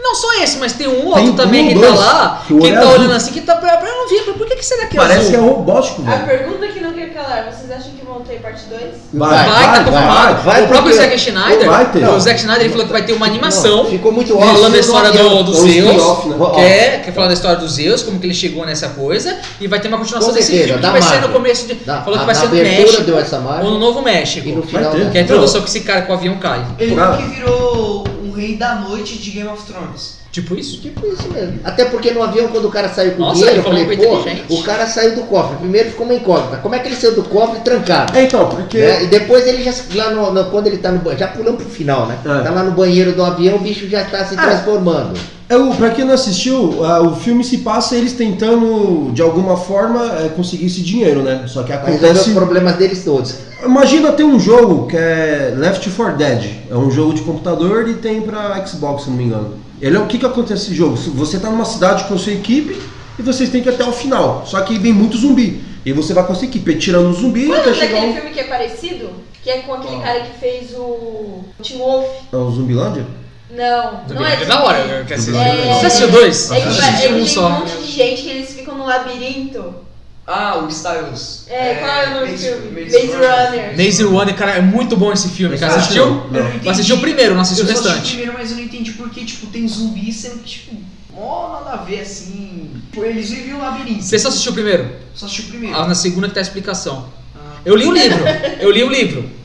Speaker 2: Não só esse, mas tem um
Speaker 4: Tem
Speaker 2: outro
Speaker 4: um,
Speaker 2: também que
Speaker 4: dois,
Speaker 2: tá lá,
Speaker 4: que o
Speaker 2: que
Speaker 4: olho
Speaker 2: tá
Speaker 4: é azul.
Speaker 2: olhando assim, que tá. pra- pra- Eu não vi, mas por que, que será que é
Speaker 4: Parece
Speaker 2: azul?
Speaker 4: que é robótico,
Speaker 5: A
Speaker 4: velho.
Speaker 5: pergunta que não quer calar, vocês acham que vão ter parte 2?
Speaker 2: Vai,
Speaker 4: Vai,
Speaker 2: tá
Speaker 4: vai,
Speaker 2: confirmado.
Speaker 4: vai,
Speaker 3: vai,
Speaker 2: o próprio
Speaker 3: porque-
Speaker 2: Zack Schneider,
Speaker 4: vai ter.
Speaker 2: o Zack Schneider ele falou que vai ter uma animação
Speaker 3: Não, ficou né? muito óbvio.
Speaker 2: falando a história do, do
Speaker 4: É um
Speaker 2: Zeus,
Speaker 4: spin-off, né?
Speaker 2: que é, que é falando a história do Zeus, como que ele chegou nessa coisa, e vai ter uma continuação
Speaker 3: Com
Speaker 2: desse
Speaker 3: certeza,
Speaker 2: filme, que
Speaker 3: da
Speaker 2: vai ser
Speaker 3: Marvel.
Speaker 2: no começo de...
Speaker 3: Na,
Speaker 2: falou que
Speaker 3: na-
Speaker 2: vai
Speaker 3: na
Speaker 2: ser no
Speaker 3: abertura
Speaker 2: México,
Speaker 3: deu essa
Speaker 2: ou no
Speaker 3: margem.
Speaker 2: Novo
Speaker 3: E no
Speaker 2: México,
Speaker 3: final.
Speaker 4: ter.
Speaker 3: né?
Speaker 2: que é a introdução que esse cara com o avião cai.
Speaker 6: Ele
Speaker 4: Ah.
Speaker 6: que virou um rei da noite de Game of Thrones.
Speaker 2: Tipo isso?
Speaker 3: Tipo isso mesmo. Até porque no avião, quando o cara saiu com
Speaker 2: Nossa,
Speaker 3: dinheiro,
Speaker 2: ele
Speaker 3: eu falei,
Speaker 2: falou
Speaker 3: pô,
Speaker 2: muito inteligente.
Speaker 3: o cara saiu do cofre. Primeiro ficou uma incógnita. Como é que ele saiu do cofre trancado?
Speaker 4: É, então, porque.
Speaker 3: Né? E depois ele já, lá no, no- quando ele tá no banheiro, já pulando pro final, né?
Speaker 4: É. Ah,
Speaker 3: Tá lá no banheiro do avião, o bicho já tá se transformando.
Speaker 4: É o, pra quem não assistiu, ah, o filme se passa eles tentando, de alguma forma, eh, conseguir esse dinheiro, né? Só que
Speaker 3: Resolveu os
Speaker 4: acontece.
Speaker 3: problemas deles todos.
Speaker 4: Imagina ter um jogo que é Left 4 Dead. É um jogo de computador e tem pra Xbox, se não me engano. Ele é o que, que acontece nesse jogo? Se Você tá numa cidade com a sua equipe e vocês têm que ir até o final. Só que vem muito zumbi. E você vai com a sua equipe, é tirando o zumbi
Speaker 5: Qual é o
Speaker 4: até
Speaker 5: nome
Speaker 4: chegar
Speaker 5: daquele
Speaker 4: um.
Speaker 5: filme que é parecido? Que é com aquele
Speaker 6: Qual?
Speaker 5: cara que fez o. Tim Wolf?
Speaker 4: É o Zumbilândia?
Speaker 5: Não, não é.
Speaker 2: É da hora, eu quero assistir.
Speaker 5: É.
Speaker 2: Você assistiu dois?
Speaker 5: É que,
Speaker 2: Eu
Speaker 5: vai- é
Speaker 2: assisti
Speaker 5: que
Speaker 2: um
Speaker 5: tem um
Speaker 2: só.
Speaker 5: monte de gente que eles ficam no labirinto.
Speaker 6: Ah, o Styles.
Speaker 5: É, qual é o nome do
Speaker 6: Maze-
Speaker 5: filme?
Speaker 6: Maze
Speaker 5: Maze Runner.
Speaker 2: Maze Runner, cara, é muito bom esse filme, cara. Assistiu?
Speaker 6: Eu não entendi.
Speaker 2: assistiu o primeiro, não assistiu o
Speaker 6: Eu só assisti
Speaker 2: restante.
Speaker 6: o primeiro, mas eu não entendi porque, tipo, tem zumbi sendo que, tipo, mó nada a ver, assim. Tipo, eles vivem um labirinto.
Speaker 2: Você só assistiu o primeiro?
Speaker 6: Só assisti o primeiro.
Speaker 2: Ah, na segunda que tá a explicação.
Speaker 6: Ah.
Speaker 2: Eu li o livro, eu li o livro.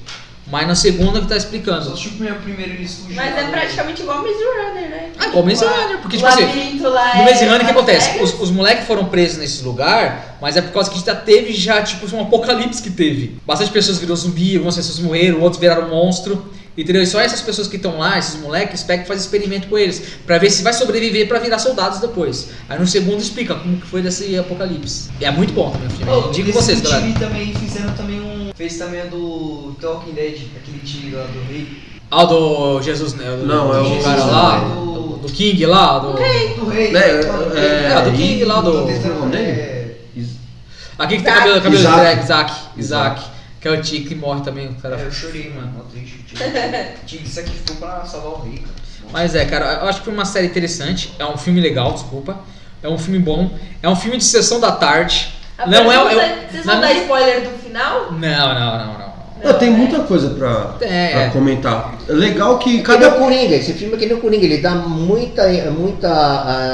Speaker 2: Mas na segunda que tá
Speaker 6: Só
Speaker 2: explicando.
Speaker 6: assisti o primeiro, primeiro eles fugiram.
Speaker 5: Mas é praticamente igual Maze Runner, né?
Speaker 2: Ah, igual Maze
Speaker 5: Tipo, a-
Speaker 2: Runner, porque,
Speaker 5: o
Speaker 2: tipo assim,
Speaker 5: labirinto lá
Speaker 2: No
Speaker 5: é
Speaker 2: Maze Runner, o que
Speaker 5: Las
Speaker 2: acontece?
Speaker 5: Vegas.
Speaker 2: Os, os moleques foram presos nesse lugar, mas é por causa que já teve já, tipo, um apocalipse que teve. Bastante pessoas virou zumbi, algumas pessoas morreram, outros viraram monstro. Entendeu? E só essas pessoas que estão lá, esses moleques, Spec faz experimento com eles, pra ver se vai sobreviver pra virar soldados depois. Aí no segundo explica como que foi desse apocalipse. E é muito bom também o filme.
Speaker 6: Oh,
Speaker 2: Digo vocês,
Speaker 6: esse
Speaker 2: galera.
Speaker 6: time também fizeram também um. Fez também a do Talking Dead, aquele time lá do rei.
Speaker 2: Ah, o do Jesus, né? O do-
Speaker 4: Não, é
Speaker 2: do
Speaker 4: o-
Speaker 2: cara
Speaker 4: é
Speaker 2: lá,
Speaker 6: o-
Speaker 2: do King lá, do...
Speaker 6: Do rei.
Speaker 4: É, é,
Speaker 2: Ah, do King lá do-
Speaker 6: É,
Speaker 2: Aqui que tem cabelo, cabelo
Speaker 4: Isaac.
Speaker 2: drag, Isaac, Isaac, que é o Tic que morre também, o cara
Speaker 6: é, eu chorei, mano. Mó triste. o tipo, time.
Speaker 5: <laughs>
Speaker 6: O time sacrificou pra salvar o rei, cara.
Speaker 2: Mas é, cara, eu acho que foi uma série interessante. É um filme legal, desculpa. É um filme bom. É um filme de sessão da tarde.
Speaker 5: A
Speaker 2: Não, é.
Speaker 5: pergunta
Speaker 2: é-
Speaker 5: Vocês
Speaker 2: na
Speaker 5: vão dar
Speaker 2: minha-
Speaker 5: spoiler do final?
Speaker 2: Não, não, não, não.
Speaker 4: Ah, tem
Speaker 5: né?
Speaker 4: muita coisa pra,
Speaker 2: É.
Speaker 4: pra comentar. É legal que
Speaker 3: Cadê
Speaker 4: cada.
Speaker 3: o Coringa? Esse filme é que nem o Coringa, ele dá muita, muita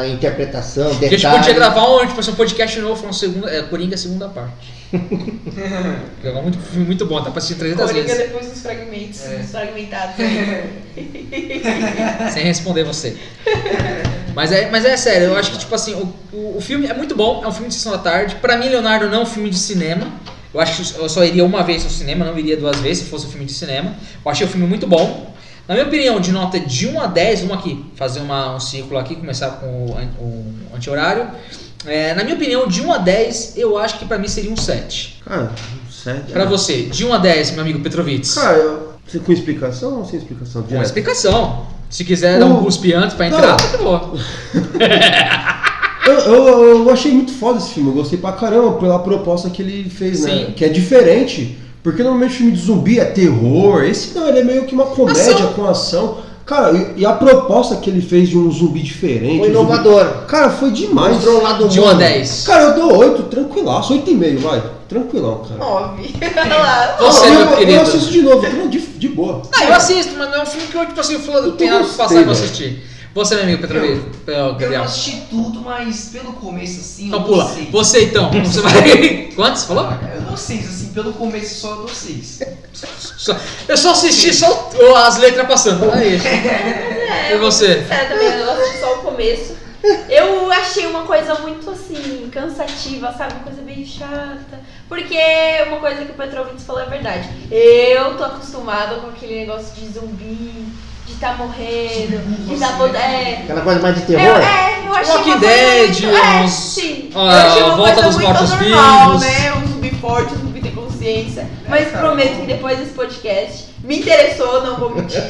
Speaker 3: ah, interpretação,
Speaker 2: A
Speaker 3: detalhe.
Speaker 2: gente podia
Speaker 4: né?
Speaker 2: gravar um, tipo, assim, um podcast novo, falando segunda, é, Coringa, segunda
Speaker 4: <laughs>
Speaker 2: parte. Gravar muito, filme muito bom, tá pra assistir 300
Speaker 5: Coringa
Speaker 2: vezes.
Speaker 5: depois dos fragmentos,
Speaker 6: É.
Speaker 2: <laughs>
Speaker 5: dos fragmentados.
Speaker 2: Sem responder você. Mas é, mas é sério, eu acho que, tipo assim, o, o, o filme é muito bom, é um filme de sessão da tarde. Pra mim, Leonardo não é um filme de cinema. Eu acho que eu só iria uma vez ao cinema, não iria duas vezes se fosse um filme de cinema. Eu achei o filme muito bom. Na minha opinião, de nota de 1 a 10, vamos aqui fazer uma- um círculo aqui, começar com o, an- o anti-horário. É, na minha opinião, de 1 a 10, eu acho que pra mim seria um 7.
Speaker 4: Cara, sério.
Speaker 2: Pra você, de 1 a 10, meu amigo Petrovitz.
Speaker 4: Cara, eu- você com explicação ou sem explicação?
Speaker 2: Uma
Speaker 4: Direto.
Speaker 2: explicação. Se quiser dar um
Speaker 4: O-
Speaker 2: cuspe antes pra
Speaker 4: Não.
Speaker 2: entrar, tá bom.
Speaker 4: Eu, eu, eu achei muito foda esse filme, eu gostei pra caramba pela proposta que ele fez, né?
Speaker 2: Sim.
Speaker 4: Que é diferente, porque normalmente filme de zumbi é terror, esse não, ele é meio que uma comédia
Speaker 2: Ação.
Speaker 4: com ação. Cara, e, e a proposta que ele fez de um zumbi diferente.
Speaker 3: Foi
Speaker 4: um zumbi-
Speaker 3: inovador.
Speaker 4: Cara, foi demais.
Speaker 3: Mostrou o lado
Speaker 2: De 1 a
Speaker 3: humano.
Speaker 2: 10.
Speaker 4: Cara, eu dou 8, tranquilaço, 8,5, vai. Tranquilão, cara. Ah,
Speaker 5: Nove. Olha lá.
Speaker 2: Você,
Speaker 4: eu,
Speaker 2: meu
Speaker 4: eu,
Speaker 2: querido.
Speaker 4: assisto de novo, de, de boa.
Speaker 2: Ah, eu assisto, mas não é um filme que eu, tipo assim, eu falo,
Speaker 4: Eu
Speaker 2: tem
Speaker 4: tô
Speaker 2: nada pra
Speaker 4: gostei,
Speaker 2: passar e vou
Speaker 4: velho.
Speaker 2: assistir. Você, meu amigo Petrovich, Pe-
Speaker 6: Eu não
Speaker 2: Gabriel.
Speaker 6: assisti tudo, mas pelo começo assim.
Speaker 2: Então
Speaker 6: eu
Speaker 2: pula.
Speaker 6: Sei.
Speaker 2: Você então, você vai. Quantos? Falou?
Speaker 6: Eu dou seis, assim, pelo começo só eu dou seis.
Speaker 2: Só- Eu só assisti só o- as letras passando. Aí.
Speaker 7: É,
Speaker 2: E você?
Speaker 7: Eu também eu assisti só o começo. Eu achei uma coisa muito assim, cansativa, sabe? Uma coisa meio chata. Porque uma coisa que o Petrovitz falou é verdade. Eu tô acostumada com aquele negócio de zumbi, de tá morrendo, de tá pod... é.
Speaker 3: Aquela coisa mais de
Speaker 7: Eu,
Speaker 3: terror?
Speaker 7: é, eu achei
Speaker 2: Walking
Speaker 7: uma coisa
Speaker 2: Dead,
Speaker 7: muito... é,
Speaker 2: uns-
Speaker 7: sim.
Speaker 2: ó,
Speaker 7: eu achei
Speaker 2: a
Speaker 7: uma
Speaker 2: volta
Speaker 7: coisa
Speaker 2: dos
Speaker 7: muito
Speaker 2: mortos-vivos.
Speaker 7: normal, né? Um zumbi forte, um zumbi tem consciência. Mas
Speaker 6: cara.
Speaker 7: prometo que depois desse podcast me interessou, não vou mentir.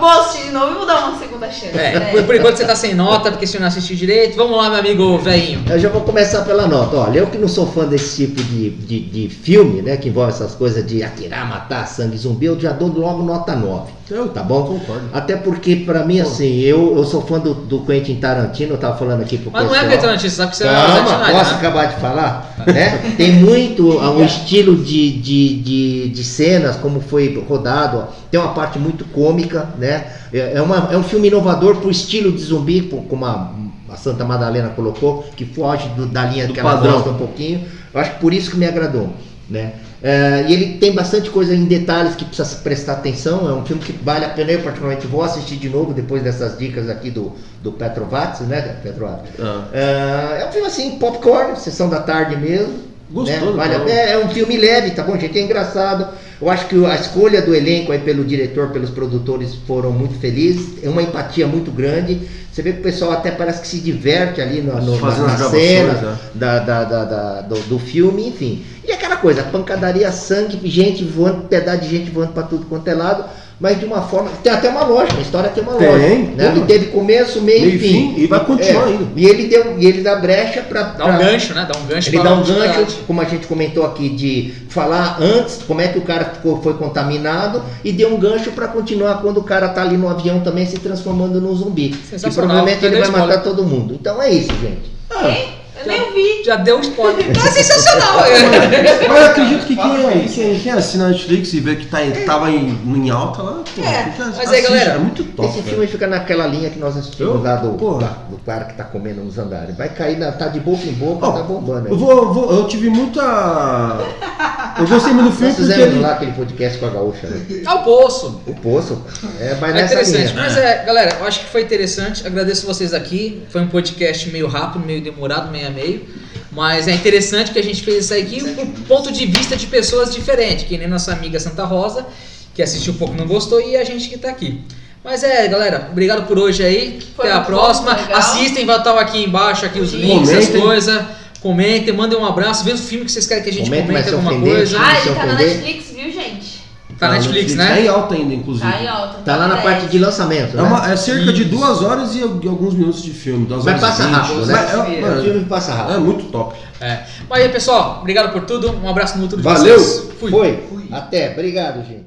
Speaker 7: Vou assistir de novo e vou dar uma segunda
Speaker 5: um-
Speaker 7: chance,
Speaker 2: É,
Speaker 7: né?
Speaker 2: por, por enquanto você tá sem nota, porque você não assistiu direito. Vamos lá, meu amigo velhinho.
Speaker 3: Eu já vou começar pela nota. Olha, eu que não sou fã desse tipo de, de, de filme, né? Que envolve essas coisas de atirar, matar, sangue zumbi, eu já dou logo nota 9.
Speaker 4: Eu
Speaker 3: Tá bom?
Speaker 4: Concordo.
Speaker 3: Até porque, pra mim, assim, eu, eu sou fã do, do Quentin Tarantino, eu tava falando aqui pro
Speaker 2: Mas não é
Speaker 3: pessoal.
Speaker 2: porque tá notícia, sabe que você não é
Speaker 3: Calma,
Speaker 2: Zack
Speaker 3: posso
Speaker 2: Snyder, né?
Speaker 3: acabar de falar? Né? Tem muito ah,
Speaker 2: <laughs>
Speaker 3: um estilo de, de, de, de cenas, como foi rodado. ó. Tem uma parte muito cômica, né? É, é uma, é um filme inovador pro estilo de zumbi, pro- como a, a Santa Madalena colocou, que foge do- da linha
Speaker 4: Do
Speaker 3: que ela
Speaker 4: padrão.
Speaker 3: gosta um pouquinho. Eu acho que por isso que me agradou. Né? É, e ele tem bastante coisa em detalhes que precisa se prestar atenção. É um filme que vale a pena. Eu, particularmente, vou assistir de novo depois dessas dicas aqui do, do Petrovac, né, Petrovac?
Speaker 4: Ah.
Speaker 3: Ah, é um filme assim, popcorn, sessão da tarde mesmo.
Speaker 4: Gostoso,
Speaker 3: né? Vale a
Speaker 4: cara.
Speaker 3: pena. é, um filme leve, tá bom, gente? É engraçado. Eu acho que a escolha do elenco aí pelo diretor, pelos produtores foram muito felizes. É uma empatia muito grande. Você vê que o pessoal até parece que se diverte ali no, no, na,
Speaker 4: Fazendo as
Speaker 3: na
Speaker 4: gravações,
Speaker 3: cena
Speaker 4: né?
Speaker 3: da, da- da- da- do, do filme, enfim. E aquela coisa, pancadaria, sangue, gente voando, pedaço de gente voando pra tudo quanto é lado, mas de uma forma. Tem até uma lógica, a história tem uma
Speaker 4: Tem,
Speaker 3: lógica. Né?
Speaker 4: tudo.
Speaker 3: Ele teve começo, meio,
Speaker 4: Meio e
Speaker 3: e fim.
Speaker 4: fim, e vai continuar
Speaker 3: É,
Speaker 4: ainda.
Speaker 3: <laughs> E ele, deu, e ele dá brecha pra.
Speaker 2: Dá um
Speaker 3: pra-
Speaker 2: gancho, né? Dá um gancho
Speaker 3: ele
Speaker 2: pra
Speaker 3: dá um
Speaker 2: lá, pra
Speaker 3: gancho,
Speaker 2: lá.
Speaker 3: como a gente comentou aqui, de falar antes como é que o cara ficou, foi contaminado e deu um gancho pra continuar quando o cara tá ali no avião também se transformando num zumbi. E
Speaker 2: Sensacional.
Speaker 3: provavelmente
Speaker 2: Já
Speaker 3: ele
Speaker 2: deu
Speaker 3: vai
Speaker 2: spoiler.
Speaker 3: matar todo mundo. Então é isso, gente.
Speaker 7: Eu nem vi. Ah,
Speaker 2: Já deu um spoiler. Tá sensacional. é.
Speaker 4: Mas eu acredito que
Speaker 6: Fala
Speaker 4: quem, é,
Speaker 6: isso.
Speaker 4: quem, quem assina a Netflix e vê que tá,
Speaker 3: É.
Speaker 4: em- tava em, em alta lá, pô,
Speaker 2: É,
Speaker 4: fica-
Speaker 2: mas aí, galera,
Speaker 4: é muito top.
Speaker 3: Esse
Speaker 4: velho.
Speaker 3: filme fica naquela linha que nós assistimos
Speaker 4: Eu?
Speaker 3: lá do,
Speaker 4: Porra.
Speaker 3: da- do cara que tá comendo nos andares. Vai cair, na, tá de boca em boca,
Speaker 4: Ó,
Speaker 3: tá bombando.
Speaker 4: Eu
Speaker 3: aí.
Speaker 4: vou, vou- eu tive muita. Eu gostei muito do filme
Speaker 3: Nós
Speaker 4: porque
Speaker 3: fizemos
Speaker 4: ele.
Speaker 3: Tá lá aquele podcast com a gaúcha, né?
Speaker 2: Ao poço.
Speaker 3: o Poço. É, mas
Speaker 2: É
Speaker 3: nessa
Speaker 2: interessante,
Speaker 3: linha.
Speaker 2: mas é, galera, eu acho que foi interessante. Agradeço vocês aqui. Foi um podcast meio rápido, meio demorado, meio a meio. Mas é interessante que a gente fez isso aqui do ponto de vista de pessoas diferentes, que nem nossa amiga Santa Rosa, que assistiu um pouco e não gostou, e a gente que tá aqui. Mas é, galera, obrigado por hoje aí.
Speaker 7: Foi
Speaker 2: Até a
Speaker 7: muito bom,
Speaker 2: próxima.
Speaker 7: legal.
Speaker 2: Assistem, vai estar aqui embaixo, aqui os links, as
Speaker 4: Comentem.
Speaker 2: coisas. Comentem, mandem um abraço, vê o filme que vocês querem que a gente
Speaker 3: Comentem,
Speaker 2: comente
Speaker 3: mas se
Speaker 2: alguma
Speaker 3: ofender.
Speaker 2: coisa.
Speaker 7: Ah, ele tá na
Speaker 3: ofender.
Speaker 7: Netflix, viu, gente?
Speaker 2: Tá na Netflix,
Speaker 4: Tá
Speaker 2: né?
Speaker 4: em alta ainda, inclusive.
Speaker 7: Tá em alta.
Speaker 3: Tá lá na
Speaker 7: dez.
Speaker 3: parte de lançamento,
Speaker 4: É,
Speaker 3: né?
Speaker 4: uma- é cerca de
Speaker 2: Isso.
Speaker 4: duas horas e al- alguns minutos de filme. Duas
Speaker 3: Mas
Speaker 4: horas e
Speaker 3: passa
Speaker 4: vinte.
Speaker 3: rápido, né?
Speaker 4: Mas é-
Speaker 6: Sim,
Speaker 3: O
Speaker 4: mano,
Speaker 3: filme passa rápido.
Speaker 4: é muito top.
Speaker 2: É. Mas aí, pessoal, obrigado por tudo. Um abraço no outro de
Speaker 3: Valeu!
Speaker 2: vocês.
Speaker 3: Foi. Até. Obrigado, gente.